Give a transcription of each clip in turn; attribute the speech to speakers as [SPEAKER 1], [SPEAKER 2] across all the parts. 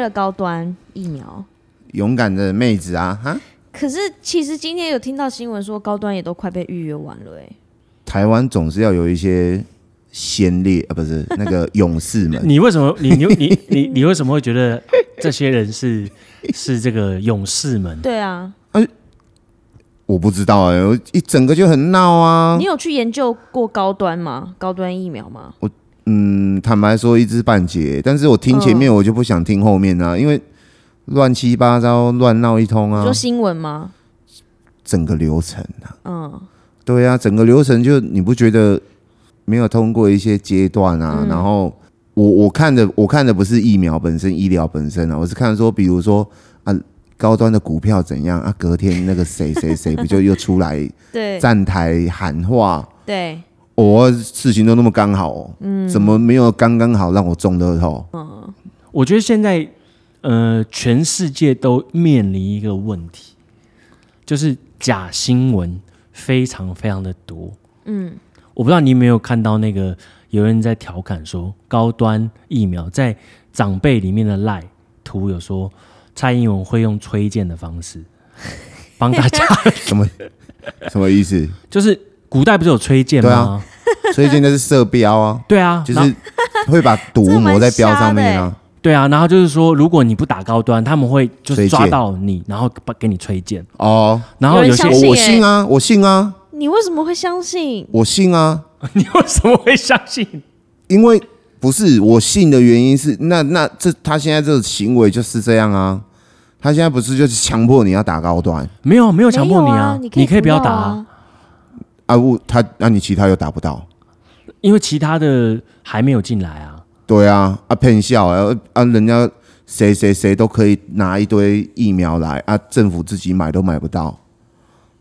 [SPEAKER 1] 了高端疫苗，
[SPEAKER 2] 勇敢的妹子啊，哈，
[SPEAKER 1] 可是其实今天有听到新闻说高端也都快被预约完了、欸，
[SPEAKER 2] 台湾总是要有一些先烈啊，不是那个勇士们，
[SPEAKER 3] 你为什么你你 你你你为什么会觉得这些人是是这个勇士们？
[SPEAKER 1] 对啊，
[SPEAKER 2] 我不知道哎、我一整个就很闹啊
[SPEAKER 1] 你。有去研究过高端吗？高端疫苗吗？
[SPEAKER 2] 嗯，坦白说一知半解，但是我听前面我就不想听后面啊，因为乱七八糟乱闹一通
[SPEAKER 1] 你
[SPEAKER 2] 啊
[SPEAKER 1] 说，新闻吗？
[SPEAKER 2] 整个流程啊，
[SPEAKER 1] 嗯，
[SPEAKER 2] 对啊，整个流程就你不觉得没有通过一些阶段啊？然后我我看的我看的不是疫苗本身、医疗本身啊，我是看说，比如说啊，高端的股票怎样啊，隔天那个谁谁谁不就又出来
[SPEAKER 1] 对
[SPEAKER 2] 站台喊话，
[SPEAKER 1] 对，
[SPEAKER 2] 我、事情都那么刚好、哦，怎么没有刚刚好让我中乐透？
[SPEAKER 3] 我觉得现在呃，全世界都面临一个问题，就是假新闻非常非常的多。
[SPEAKER 1] 嗯，
[SPEAKER 3] 我不知道你有没有看到那个有人在调侃说，高端疫苗在长辈里面的赖图有说，蔡英文会用推荐的方式帮大 家，
[SPEAKER 2] 什么什么意思？
[SPEAKER 3] 就是古代不是有推荐
[SPEAKER 2] 对
[SPEAKER 3] 吗
[SPEAKER 2] 啊？所以现在是射标啊，
[SPEAKER 3] 对啊，
[SPEAKER 2] 就
[SPEAKER 3] 然后
[SPEAKER 2] 是会把毒抹在标上面啊。
[SPEAKER 3] 对啊，然后就是说，如果你不打高端，他们会就是
[SPEAKER 2] 推荐
[SPEAKER 3] 抓到你，然后把给你推荐，
[SPEAKER 2] 哦，
[SPEAKER 3] 然后
[SPEAKER 1] 有人
[SPEAKER 3] 有些
[SPEAKER 1] 相
[SPEAKER 2] 我
[SPEAKER 1] 信
[SPEAKER 2] 我
[SPEAKER 1] 欸
[SPEAKER 2] 信啊，我信啊，
[SPEAKER 1] 你为什么会相信？
[SPEAKER 2] 我信啊。
[SPEAKER 3] 你为什么会相信？
[SPEAKER 2] 因为不是我信的原因是，那那这他现在这个行为就是这样啊，他现在不是就是强迫你要打高端
[SPEAKER 3] 没有，没有强迫
[SPEAKER 1] 没
[SPEAKER 3] 你
[SPEAKER 1] 有
[SPEAKER 3] 啊，
[SPEAKER 1] 哦你可
[SPEAKER 3] 你可以不要
[SPEAKER 1] 不
[SPEAKER 3] 打
[SPEAKER 1] 要
[SPEAKER 3] 啊，
[SPEAKER 1] 啊。
[SPEAKER 2] 啊？我他那、你其他又打不到，
[SPEAKER 3] 因为其他的还没有进来啊。
[SPEAKER 2] 对啊，啊骗笑啊啊，人家谁谁谁都可以拿一堆疫苗来啊，政府自己买都买不到，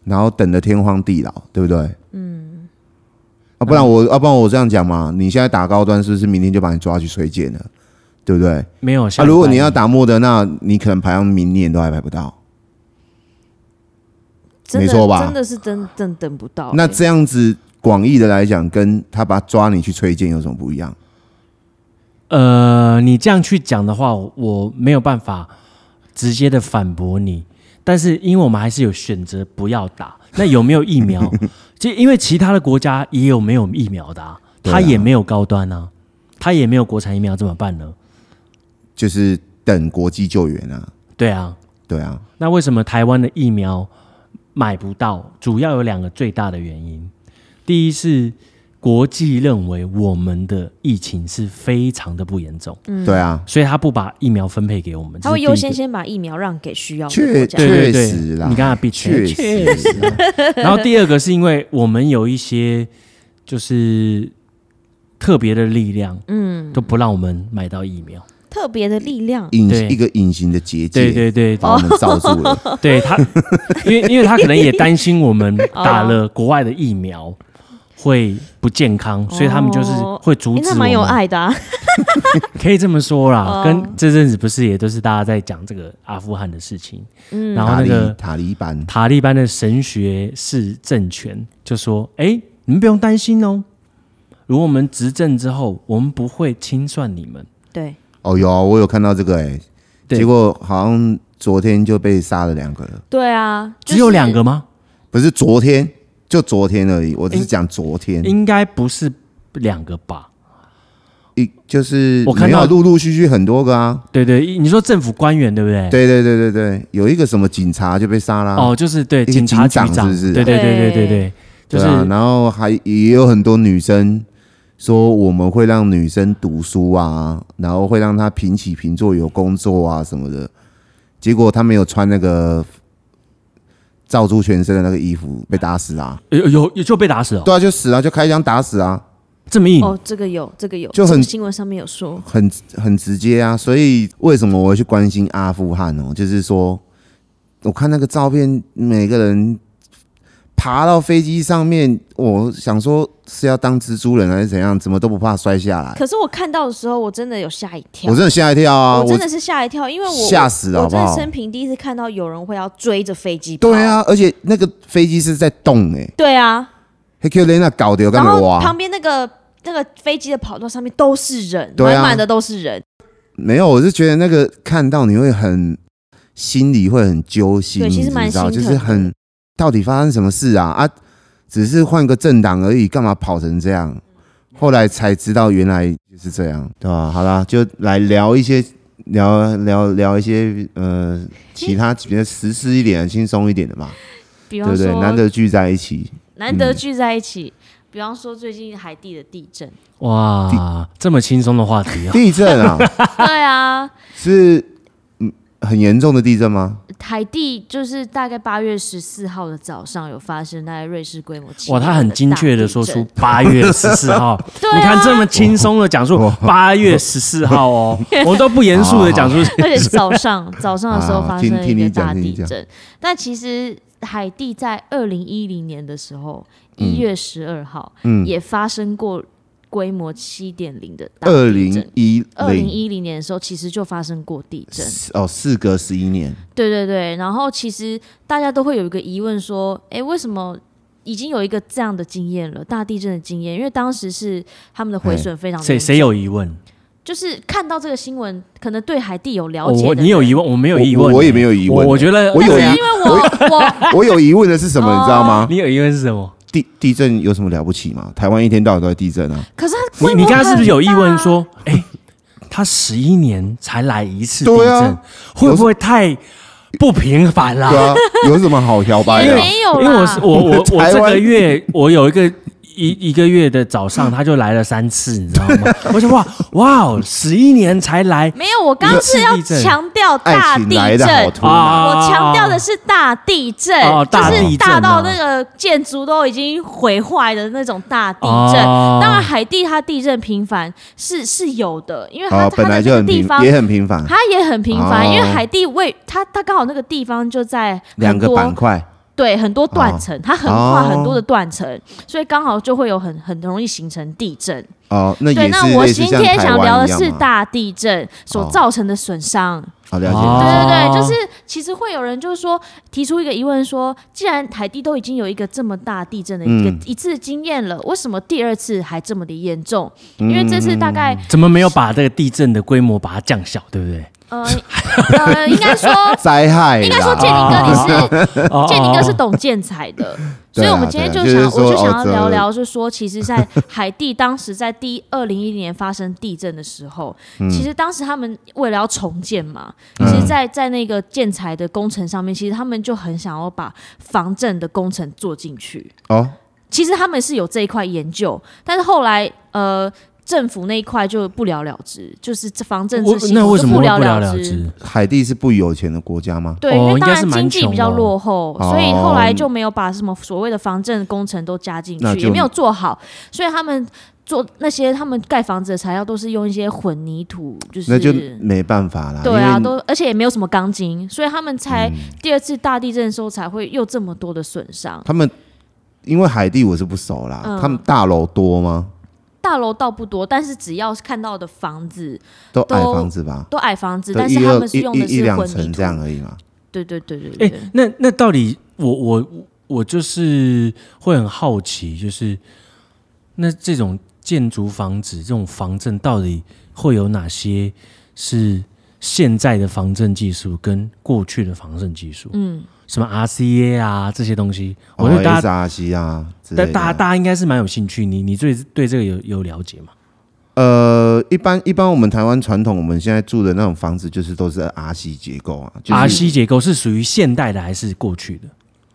[SPEAKER 2] 然后等的天荒地老，对不对？嗯。啊，不然我，啊，不然我这样讲嘛，你现在打高端是不是明天就把你抓去推荐了，对不对？
[SPEAKER 3] 没有，下
[SPEAKER 2] 啊，
[SPEAKER 3] 礼拜
[SPEAKER 2] 如果你要打莫德纳，你可能排到明年都还排不到。
[SPEAKER 1] 真的
[SPEAKER 2] 没错吧
[SPEAKER 1] 真的是真真等不到欸、
[SPEAKER 2] 那这样子广义的来讲，跟他把抓你去推荐有什么不一样？
[SPEAKER 3] 呃，你这样去讲的话，我没有办法直接的反驳你。但是，因为我们还是有选择不要打，那有没有疫 苗？就因为其他的国家也有没有疫苗的、啊，
[SPEAKER 2] 对啊
[SPEAKER 3] 他也没有高端啊，他也没有国产疫苗，怎么办呢？
[SPEAKER 2] 就是等国际救援啊，
[SPEAKER 3] 对啊，
[SPEAKER 2] 对啊，
[SPEAKER 3] 那为什么台湾的疫苗买不到？主要有两个最大的原因，第一是国际认为我们的疫情是非常的不严重，
[SPEAKER 2] 对啊，
[SPEAKER 3] 所以他不把疫苗分配给我们，
[SPEAKER 1] 嗯他
[SPEAKER 3] 这
[SPEAKER 1] 会
[SPEAKER 3] 是第一个
[SPEAKER 1] 优先先把疫苗让给需要的
[SPEAKER 2] 确
[SPEAKER 1] 国家。
[SPEAKER 3] 对对对
[SPEAKER 2] 确实啦
[SPEAKER 3] 你刚才 bitch
[SPEAKER 2] 确实啊
[SPEAKER 3] 确实啊然后第二个是因为我们有一些就是特别的力量，嗯，都不让我们买到疫苗。
[SPEAKER 1] 特别的力量，
[SPEAKER 2] 隐
[SPEAKER 3] 对
[SPEAKER 2] 一个隐形的结界，
[SPEAKER 3] 对对对对
[SPEAKER 2] 把我们罩住了。
[SPEAKER 3] 对他，因为因为他可能也担心我们打
[SPEAKER 1] 哦
[SPEAKER 3] 了国外的疫苗会不健康，所以他们就是会阻
[SPEAKER 1] 诶
[SPEAKER 3] 止
[SPEAKER 1] 那
[SPEAKER 3] 我
[SPEAKER 1] 蛮有
[SPEAKER 3] 们。
[SPEAKER 1] 爱的、哦啊。
[SPEAKER 3] 可以这么说啦，跟这阵子不是也都是大家在讲这个阿富汗的事情，
[SPEAKER 1] 嗯
[SPEAKER 3] 然后
[SPEAKER 2] 塔
[SPEAKER 3] 那
[SPEAKER 2] 利
[SPEAKER 3] 个
[SPEAKER 2] 塔利班，
[SPEAKER 3] 塔利班的神学式政权就说：“哎、你们不用担心哦，如果我们执政之后，我们不会清算你们。
[SPEAKER 1] 对，
[SPEAKER 2] 哦有啊我有看到这个哎、
[SPEAKER 3] 对
[SPEAKER 2] 结果好像昨天就被杀了两个了，
[SPEAKER 1] 对啊，就是
[SPEAKER 3] 只有两个吗？
[SPEAKER 2] 不是昨天，就昨天而已，我只是讲昨天，
[SPEAKER 3] 应该不是两个吧？
[SPEAKER 2] 一就是
[SPEAKER 3] 我看到
[SPEAKER 2] 没有陆陆续续很多个啊，
[SPEAKER 3] 对对，你说政府官员对不对？
[SPEAKER 2] 对对对对对，有一个什么警察就被杀啦、
[SPEAKER 3] 哎哦，就是对
[SPEAKER 2] 啊个
[SPEAKER 3] 警察局
[SPEAKER 2] 警长
[SPEAKER 3] 长，
[SPEAKER 2] 是不是
[SPEAKER 3] 对对对对
[SPEAKER 1] 对
[SPEAKER 3] 对对，就
[SPEAKER 2] 对
[SPEAKER 3] 是、
[SPEAKER 2] 啊，然后还也有很多女生说我们会让女生读书啊，然后会让她平起平坐有工作啊什么的，结果她没有穿那个罩住全身的那个衣服被打死啊，
[SPEAKER 3] 有有有就被打死哦，
[SPEAKER 2] 对啊，就死啊，就开枪打死啊，
[SPEAKER 3] 这么硬，
[SPEAKER 1] 哦，这个有，这个有，
[SPEAKER 2] 就很
[SPEAKER 1] 这个新闻上面有说，
[SPEAKER 2] 很很直接啊，所以为什么我会去关心阿富汗哦？就是说，我看那个照片，每个人爬到飞机上面，我想说是要当蜘蛛人还是怎样，怎么都不怕摔下来。
[SPEAKER 1] 可是我看到的时候，我真的有吓一跳，
[SPEAKER 2] 我真的吓一跳啊！
[SPEAKER 1] 我
[SPEAKER 2] 我
[SPEAKER 1] 真的是吓一跳，因为我
[SPEAKER 2] 吓死了
[SPEAKER 1] 我
[SPEAKER 2] 好不
[SPEAKER 1] 真
[SPEAKER 2] 好
[SPEAKER 1] 的生平第一次看到有人会要追着飞机跑。
[SPEAKER 2] 对，啊，而且那个飞机是在动哎、
[SPEAKER 1] 对啊，
[SPEAKER 2] 黑 Q 雷那搞的有干
[SPEAKER 1] 然
[SPEAKER 2] 嘛
[SPEAKER 1] 后旁
[SPEAKER 2] 哇？
[SPEAKER 1] 边那个那个飞机的跑道上面都是人，
[SPEAKER 2] 对啊
[SPEAKER 1] 满满的都是人。
[SPEAKER 2] 没有，我是觉得那个看到你会很心里会很揪心，
[SPEAKER 1] 对其实
[SPEAKER 2] 你知
[SPEAKER 1] 蛮
[SPEAKER 2] 道，
[SPEAKER 1] 心
[SPEAKER 2] 就
[SPEAKER 1] 疼
[SPEAKER 2] 是
[SPEAKER 1] 的
[SPEAKER 2] 很到底发生什么事啊啊！只是换个政党而已，干嘛跑成这样？
[SPEAKER 1] 嗯
[SPEAKER 2] 后来才知道原来就是这样，对吧、好啦，就来聊一些聊聊聊一些呃其他比较实施一点、轻松一点的嘛，
[SPEAKER 1] 比
[SPEAKER 2] 对
[SPEAKER 1] 方
[SPEAKER 2] 不对？
[SPEAKER 1] 说
[SPEAKER 2] 难得聚在一起，
[SPEAKER 1] 难得聚在一起，比方说最近海地的地震，
[SPEAKER 3] 哇，这么轻松的话题啊！
[SPEAKER 2] 地震 啊，
[SPEAKER 1] 对啊，
[SPEAKER 2] 是嗯很严重的地震吗？
[SPEAKER 1] 海地就是大概八月十四号的早上有发生大概瑞士规模7.2
[SPEAKER 3] 哇，他很
[SPEAKER 1] 的
[SPEAKER 3] 精确的
[SPEAKER 1] 大地
[SPEAKER 3] 说
[SPEAKER 1] 震
[SPEAKER 3] 出八月十 四号，
[SPEAKER 1] 对啊
[SPEAKER 3] 你看这么轻松的讲述八月十四号 哦，我们都不严肃的讲述，
[SPEAKER 1] 而且早上早上的时候发生了
[SPEAKER 2] 啊听听
[SPEAKER 1] 一
[SPEAKER 2] 你
[SPEAKER 1] 个
[SPEAKER 2] 讲
[SPEAKER 1] 大
[SPEAKER 2] 听
[SPEAKER 1] 地
[SPEAKER 2] 你讲
[SPEAKER 1] 震，但其实海地在二零一零年的时候，
[SPEAKER 2] 嗯
[SPEAKER 1] 一月十二号、
[SPEAKER 2] 嗯，
[SPEAKER 1] 也发生过规模七点零的大
[SPEAKER 2] 二
[SPEAKER 1] 地
[SPEAKER 2] 零
[SPEAKER 1] 震。
[SPEAKER 2] 一
[SPEAKER 1] 二零一零年的时候，其实就发生过地震，
[SPEAKER 2] 哦，事隔十一年，
[SPEAKER 1] 对对对。然后其实大家都会有一个疑问说，诶，为什么已经有一个这样的经验了，大地震的经验？因为当时是他们的毁损非
[SPEAKER 2] 啊
[SPEAKER 1] 常
[SPEAKER 3] 谁
[SPEAKER 1] 严
[SPEAKER 3] 谁
[SPEAKER 1] 重，
[SPEAKER 3] 有疑问？
[SPEAKER 1] 就是看到这个新闻，可能对海地有了
[SPEAKER 3] 哦
[SPEAKER 1] 解的
[SPEAKER 3] 我
[SPEAKER 1] 人、
[SPEAKER 3] 你有疑问，我没有
[SPEAKER 2] 我
[SPEAKER 3] 疑问欸，
[SPEAKER 2] 我也没有疑问
[SPEAKER 3] 我我觉得
[SPEAKER 2] 我有
[SPEAKER 1] 但是
[SPEAKER 2] 疑
[SPEAKER 1] 因为我我
[SPEAKER 2] 我有疑问的是什么，
[SPEAKER 1] 哦
[SPEAKER 2] 你知道吗？
[SPEAKER 3] 你有疑问是什么？
[SPEAKER 2] 地地震有什么了不起吗？台湾一天到晚都在地震啊，
[SPEAKER 1] 可是
[SPEAKER 3] 你
[SPEAKER 1] 规模
[SPEAKER 3] 你刚刚是不是有
[SPEAKER 1] 很
[SPEAKER 3] 疑
[SPEAKER 1] 大啊
[SPEAKER 3] 问？说，哎、他十一年才来一次地
[SPEAKER 2] 对
[SPEAKER 3] 震，
[SPEAKER 2] 啊
[SPEAKER 3] 会不会太不平凡啦、
[SPEAKER 2] 对啊，有什么好摇摆
[SPEAKER 1] 也
[SPEAKER 2] 的？
[SPEAKER 1] 没有啦，
[SPEAKER 3] 因为我是我 我我
[SPEAKER 2] 台
[SPEAKER 3] 这
[SPEAKER 2] 湾
[SPEAKER 3] 个月我有一个一一个月的早上，他就来了三次，你知道 吗？我想哇哇哦，十一年才来
[SPEAKER 1] 没有，我刚刚是要强调大
[SPEAKER 2] 爱
[SPEAKER 1] 地
[SPEAKER 2] 情来的好
[SPEAKER 1] 震。
[SPEAKER 2] 突然，
[SPEAKER 3] 啊！
[SPEAKER 1] 我强调的是大地震，
[SPEAKER 3] 哦大
[SPEAKER 1] 就
[SPEAKER 3] 地震啊
[SPEAKER 1] 是大到那个建筑都已经毁坏的那种大地震。
[SPEAKER 3] 哦
[SPEAKER 1] 当然，海地它地震频繁是是有的，因为它、
[SPEAKER 2] 好，
[SPEAKER 1] 它
[SPEAKER 2] 哦本
[SPEAKER 1] 的
[SPEAKER 2] 来
[SPEAKER 1] 那
[SPEAKER 2] 就
[SPEAKER 1] 个
[SPEAKER 2] 很
[SPEAKER 1] 地
[SPEAKER 2] 平
[SPEAKER 1] 方，
[SPEAKER 2] 也很平凡，
[SPEAKER 1] 它也很频繁，
[SPEAKER 2] 哦
[SPEAKER 1] 因为海地位它它刚好那个地方就在
[SPEAKER 2] 两个
[SPEAKER 1] 很多
[SPEAKER 2] 板块，
[SPEAKER 1] 对，很多断层，它横跨
[SPEAKER 2] 哦
[SPEAKER 1] 很多的断层，所以刚好就会有很很容易形成地震。
[SPEAKER 2] 哦，那
[SPEAKER 1] 对，
[SPEAKER 2] 也
[SPEAKER 1] 那
[SPEAKER 2] 是
[SPEAKER 1] 我
[SPEAKER 2] 类似
[SPEAKER 1] 今
[SPEAKER 2] 像
[SPEAKER 1] 天
[SPEAKER 2] 台
[SPEAKER 1] 想聊
[SPEAKER 2] 湾
[SPEAKER 1] 的
[SPEAKER 2] 一样
[SPEAKER 1] 是
[SPEAKER 2] 嘛
[SPEAKER 1] 大地震所
[SPEAKER 2] 哦
[SPEAKER 1] 造成的损伤。
[SPEAKER 2] 好了
[SPEAKER 3] 哦
[SPEAKER 2] 解，
[SPEAKER 1] 对对对，就是其实会有人就是说提出一个疑问说，既然海地都已经有一个这么大地震的一个、
[SPEAKER 2] 嗯
[SPEAKER 1] 一次经验了，为什么第二次还这么的严重？因为这次大概、
[SPEAKER 3] 怎么没有把这个地震的规模把它降小，对不对？
[SPEAKER 1] 呃呃，应该说
[SPEAKER 2] 灾害嗯啦，
[SPEAKER 1] 应该说建宁哥你是。
[SPEAKER 3] 哦
[SPEAKER 1] 建宁哥是懂建材 的，所
[SPEAKER 2] 对啊
[SPEAKER 1] 以我们今天就
[SPEAKER 2] 对
[SPEAKER 1] 想，
[SPEAKER 2] 啊就是
[SPEAKER 1] 我就
[SPEAKER 2] 说
[SPEAKER 1] 想要
[SPEAKER 2] 哦这
[SPEAKER 1] 聊聊，就是说，其实，在海地当时在第二零一零年发生地震的时候，
[SPEAKER 2] 嗯
[SPEAKER 1] 其实当时他们为了要重建嘛，其实在，在那个建材的工程上面，其实他们就很想要把防震的工程做进去。
[SPEAKER 2] 哦，
[SPEAKER 1] 其实他们是有这一块研究，但是后来呃。政府那一块就不了了之，就是这防震这
[SPEAKER 3] 我
[SPEAKER 1] 系
[SPEAKER 3] 那
[SPEAKER 1] 统
[SPEAKER 3] 为
[SPEAKER 1] 就
[SPEAKER 3] 什么
[SPEAKER 1] 不
[SPEAKER 3] 会
[SPEAKER 1] 了
[SPEAKER 3] 不了
[SPEAKER 1] 了
[SPEAKER 3] 了
[SPEAKER 1] 之
[SPEAKER 3] 之？
[SPEAKER 2] 海地是不有钱的国家吗？
[SPEAKER 1] 对，
[SPEAKER 3] 哦
[SPEAKER 1] 因为当
[SPEAKER 3] 应该是
[SPEAKER 1] 然
[SPEAKER 3] 蛮
[SPEAKER 1] 经济
[SPEAKER 3] 穷
[SPEAKER 1] 比较
[SPEAKER 3] 的
[SPEAKER 1] 落后，
[SPEAKER 2] 哦
[SPEAKER 1] 所以后来就没有把什么所谓的防震工程都加进
[SPEAKER 2] 那
[SPEAKER 1] 去，
[SPEAKER 2] 就
[SPEAKER 1] 也没有做好，所以他们做那些他们盖房子的材料都是用一些混凝土，就是
[SPEAKER 2] 那就没办法啦，
[SPEAKER 1] 对啊，
[SPEAKER 2] 因为嗯
[SPEAKER 1] 都而且也没有什么钢筋，所以他们才第二次大地震的时候才会又这么多的损伤。
[SPEAKER 2] 他们因为海地我是不熟啦，
[SPEAKER 1] 嗯
[SPEAKER 2] 他们大楼多吗？
[SPEAKER 1] 大楼倒不多，但是只要看到的房子
[SPEAKER 2] 都矮
[SPEAKER 1] 都
[SPEAKER 2] 房子吧，
[SPEAKER 1] 都矮房子，
[SPEAKER 2] 都
[SPEAKER 1] 但
[SPEAKER 2] 一
[SPEAKER 1] 是
[SPEAKER 2] 二
[SPEAKER 1] 他们是
[SPEAKER 2] 一
[SPEAKER 1] 用的
[SPEAKER 2] 一一
[SPEAKER 1] 是
[SPEAKER 2] 两
[SPEAKER 1] 混凝
[SPEAKER 2] 层
[SPEAKER 1] 土
[SPEAKER 2] 这，样而已嘛。
[SPEAKER 1] 对对对对对
[SPEAKER 3] 哎、
[SPEAKER 1] 对
[SPEAKER 3] 那那到底我我我就是会很好奇，就是那这种建筑房子这种防震到底会有哪些是现在的防震技术跟过去的防震技术？
[SPEAKER 1] 嗯，
[SPEAKER 3] 什么 RCA 啊这些东西，我觉
[SPEAKER 2] 哦
[SPEAKER 3] 得大家、
[SPEAKER 2] SRC 啊之
[SPEAKER 3] 大
[SPEAKER 2] 类
[SPEAKER 3] 大家
[SPEAKER 2] 的。
[SPEAKER 3] 大家应该是蛮有兴趣。你你对对这个有有了解吗？
[SPEAKER 2] 呃，一般一般我们台湾传统我们现在住的那种房子，就是都是 R C 结构啊，就
[SPEAKER 3] R
[SPEAKER 2] 是
[SPEAKER 3] C 结构是属于现代的还是过去的？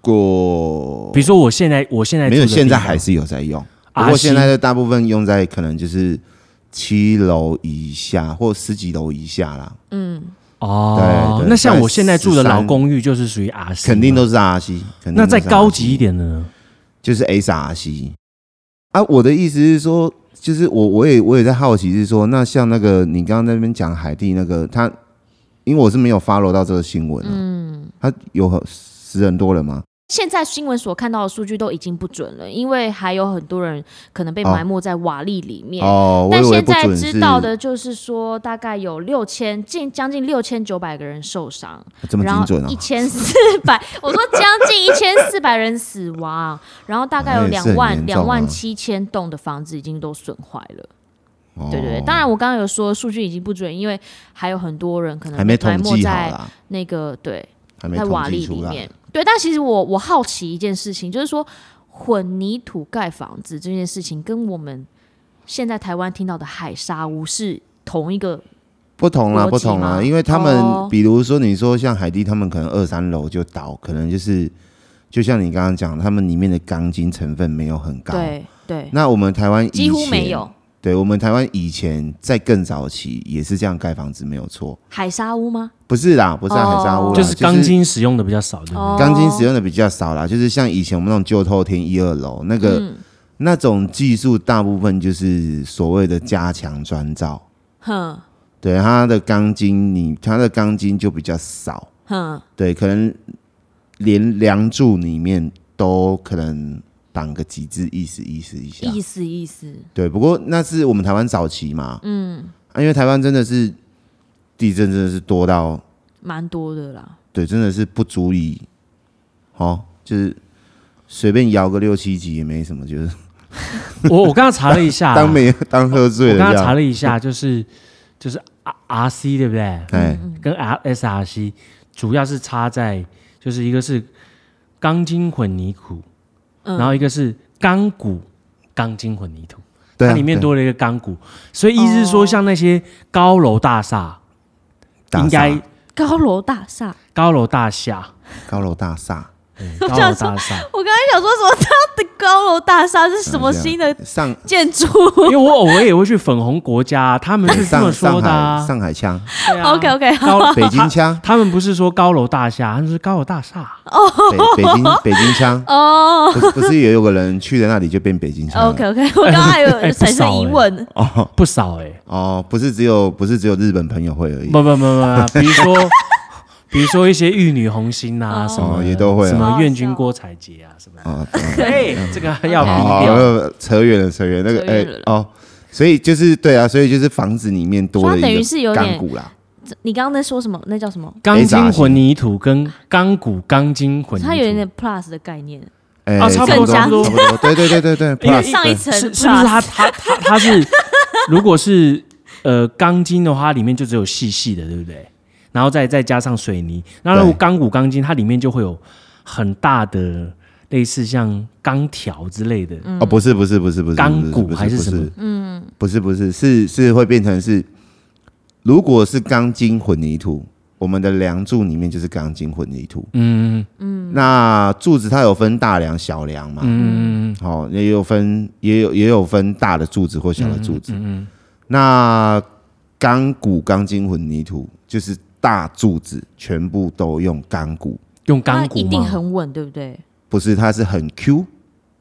[SPEAKER 2] 过
[SPEAKER 3] 比如说我现在我现在
[SPEAKER 2] 没有，
[SPEAKER 3] 住的
[SPEAKER 2] 现
[SPEAKER 3] 地
[SPEAKER 2] 在
[SPEAKER 3] 方
[SPEAKER 2] 还是有在用，不
[SPEAKER 3] RC
[SPEAKER 2] 过现在的大部分用在可能就是七楼以下或十几楼以下啦，
[SPEAKER 1] 嗯
[SPEAKER 3] 哦，
[SPEAKER 2] 对对
[SPEAKER 3] 那像
[SPEAKER 2] 大概
[SPEAKER 3] 我现在住的老
[SPEAKER 2] 13
[SPEAKER 3] 公寓就是属于 R C，
[SPEAKER 2] 肯定都是啊 R C。肯定
[SPEAKER 3] 那
[SPEAKER 2] 都
[SPEAKER 3] 再
[SPEAKER 2] 是
[SPEAKER 3] 高
[SPEAKER 2] RC
[SPEAKER 3] 级一点的呢？
[SPEAKER 2] 就是 SRC 啊。我的意思是说，就是我我也我也在好奇是说，那像那个你刚刚在那边讲海地那个他，因为我是没有 follow 到这个新闻、啊，嗯，他有很死很多人吗？
[SPEAKER 1] 现在新闻所看到的数据都已经不准了，因为还有很多人可能被埋没在瓦砾里面。
[SPEAKER 2] 哦哦，我
[SPEAKER 1] 但
[SPEAKER 2] 以为
[SPEAKER 1] 现
[SPEAKER 2] 不
[SPEAKER 1] 在
[SPEAKER 2] 准是
[SPEAKER 1] 知道的就是说，大概有六千近将近六千九百个人受伤，
[SPEAKER 2] 这么
[SPEAKER 1] 然
[SPEAKER 2] 精
[SPEAKER 1] 后
[SPEAKER 2] 准啊
[SPEAKER 1] 一，千四百， 我说将近一千四百人死亡，然后大概有
[SPEAKER 2] 哎
[SPEAKER 1] 两万
[SPEAKER 2] 这很严重啊
[SPEAKER 1] 两、万七千栋的房子已经都损坏了。
[SPEAKER 2] 哦
[SPEAKER 1] 对对对，当然我刚刚有说数据已经不准，因为还有很多人可能
[SPEAKER 2] 还没
[SPEAKER 1] 埋
[SPEAKER 2] 统
[SPEAKER 1] 没
[SPEAKER 2] 计好
[SPEAKER 1] 在
[SPEAKER 2] 啦，
[SPEAKER 1] 那个对
[SPEAKER 2] 还没
[SPEAKER 1] 在瓦砾
[SPEAKER 2] 统计
[SPEAKER 1] 里
[SPEAKER 2] 出来
[SPEAKER 1] 面。。对，但其实我我好奇一件事情，就是说混凝土盖房子这件事情，跟我们现在台湾听到的海沙屋是同一个
[SPEAKER 2] 不同啦，
[SPEAKER 1] 逻辑
[SPEAKER 2] 不同啦，
[SPEAKER 1] 吗
[SPEAKER 2] 因为他们、
[SPEAKER 1] 哦
[SPEAKER 2] 比如说你说像海地，他们可能二三楼就倒，可能就是就像你刚刚讲，他们里面的钢筋成分没有很高。
[SPEAKER 1] 对对，
[SPEAKER 2] 那我们台湾以
[SPEAKER 1] 几乎没
[SPEAKER 2] 前
[SPEAKER 1] 有
[SPEAKER 2] 对我们台湾以前在更早期也是这样盖房子，没有错。
[SPEAKER 1] 海沙屋吗？
[SPEAKER 2] 不是啦，不是啊
[SPEAKER 1] 哦
[SPEAKER 2] 海沙屋啦，
[SPEAKER 3] 就是钢、筋使用的比较少，对不对？
[SPEAKER 1] 哦，
[SPEAKER 2] 嗯钢筋使用的比较少啦。就是像以前我们那种旧透天一二楼那个、
[SPEAKER 1] 嗯
[SPEAKER 2] 那种技术，大部分就是所谓的加强砖造。
[SPEAKER 1] 哼
[SPEAKER 2] 对它的钢筋，你它的钢筋就比较少，
[SPEAKER 1] 哼，
[SPEAKER 2] 对，可能连梁柱里面都可能绑个几只，意思意思一下。
[SPEAKER 1] 意思意思，
[SPEAKER 2] 对，不过那是我们台湾早期嘛，
[SPEAKER 1] 嗯，
[SPEAKER 2] 啊、因为台湾真的是地震真的是多到，
[SPEAKER 1] 蛮多的啦。
[SPEAKER 2] 对，真的是不足以，哦，就是随便摇个六七级也没什么，就是
[SPEAKER 3] 我我刚刚查了一下，
[SPEAKER 2] 当没当喝醉
[SPEAKER 3] 啊
[SPEAKER 2] 了
[SPEAKER 3] 我刚
[SPEAKER 2] 这
[SPEAKER 3] 刚查
[SPEAKER 2] 样。
[SPEAKER 3] 了一下，就是就是 R R C 对不对？
[SPEAKER 2] 哎，
[SPEAKER 3] 跟 R S R C 主要是差在就是一个是钢筋混凝土，然后一个是钢骨钢筋混凝土，
[SPEAKER 2] 对啊，
[SPEAKER 3] 它里面
[SPEAKER 2] 对
[SPEAKER 3] 多了一个钢骨，所以意思是说，像那些高楼大厦，
[SPEAKER 2] 大厦
[SPEAKER 3] 应该
[SPEAKER 1] 高楼大厦，
[SPEAKER 3] 高楼大厦，
[SPEAKER 2] 高楼大厦，
[SPEAKER 3] 嗯高楼大厦。
[SPEAKER 1] 我刚才想说什么？ 他的高楼大厦是什么新的
[SPEAKER 2] 嗯上
[SPEAKER 1] 建筑
[SPEAKER 3] 因为我偶尔也会去粉红国家、啊他们是这么
[SPEAKER 2] 上
[SPEAKER 3] 说
[SPEAKER 2] 上
[SPEAKER 3] 的、
[SPEAKER 2] 海
[SPEAKER 3] 啊。
[SPEAKER 2] 上海 腔，
[SPEAKER 3] 对啊
[SPEAKER 1] ？OK OK，好，
[SPEAKER 3] 高
[SPEAKER 2] 北京腔，
[SPEAKER 3] 他们不是说高楼大厦，他们是高楼大厦。
[SPEAKER 2] 北北京北京腔哦，不是不是也有个人去了那里就变北京 腔了
[SPEAKER 1] OK OK，我刚刚还
[SPEAKER 2] 哎
[SPEAKER 1] 有产生疑问，
[SPEAKER 2] 哦
[SPEAKER 3] 不少哎、
[SPEAKER 2] 哦，不是只有不是只有日本朋友会而已，
[SPEAKER 3] 不不不不， 不比如说比如说一些玉女红心啊，什么
[SPEAKER 2] 哦也都会啊
[SPEAKER 3] 什么愿君郭采洁啊，什么
[SPEAKER 2] 哦，
[SPEAKER 3] 哎，这个要
[SPEAKER 2] 好
[SPEAKER 3] 低
[SPEAKER 2] 好
[SPEAKER 3] 调。
[SPEAKER 2] 好扯远了扯远了那个
[SPEAKER 1] 扯
[SPEAKER 2] 哎
[SPEAKER 1] 远了
[SPEAKER 2] 哦，所以就是对啊，所以就是房子里面多了
[SPEAKER 1] 所以它等于
[SPEAKER 2] 一
[SPEAKER 1] 是
[SPEAKER 2] 个
[SPEAKER 1] 有点
[SPEAKER 2] 钢骨啦，
[SPEAKER 1] 你刚刚在说什么？那叫什么？
[SPEAKER 3] 钢筋混凝土跟钢骨钢筋混
[SPEAKER 1] 它有一
[SPEAKER 3] 凝
[SPEAKER 1] 点
[SPEAKER 3] 土，
[SPEAKER 1] plus 的概念，
[SPEAKER 2] 哎
[SPEAKER 3] 啊差不
[SPEAKER 1] 多
[SPEAKER 2] 差不多，
[SPEAKER 3] 差不
[SPEAKER 2] 差不多对对对对对
[SPEAKER 3] 因为
[SPEAKER 2] ，plus，
[SPEAKER 1] 上一层
[SPEAKER 3] 是是
[SPEAKER 1] plus
[SPEAKER 3] 不是它它它 它是如果是呃钢筋的话，它里面就只有细细的，对不对？然后再再加上水泥，那如果
[SPEAKER 2] 对
[SPEAKER 3] 钢骨钢筋，它里面就会有很大的类似像钢条之类的，
[SPEAKER 2] 哦，不是不是不是不是
[SPEAKER 3] 钢
[SPEAKER 2] 不是
[SPEAKER 3] 骨
[SPEAKER 2] 不
[SPEAKER 3] 还是
[SPEAKER 2] 不
[SPEAKER 3] 什么
[SPEAKER 2] 嗯，不是不是是是会变成是，如果是钢筋混凝土，我们的梁柱里面就是钢筋混凝土。嗯嗯。那柱子它有分大梁、小梁嘛？嗯嗯好、也有分也有也有分大的柱子或小的柱子。嗯那钢骨钢筋混凝土就是大柱子全部都用钢骨，
[SPEAKER 3] 用
[SPEAKER 1] 它
[SPEAKER 3] 钢骨
[SPEAKER 1] 一定
[SPEAKER 3] 吗？
[SPEAKER 1] 很稳，对不对？
[SPEAKER 2] 不是它是很 Q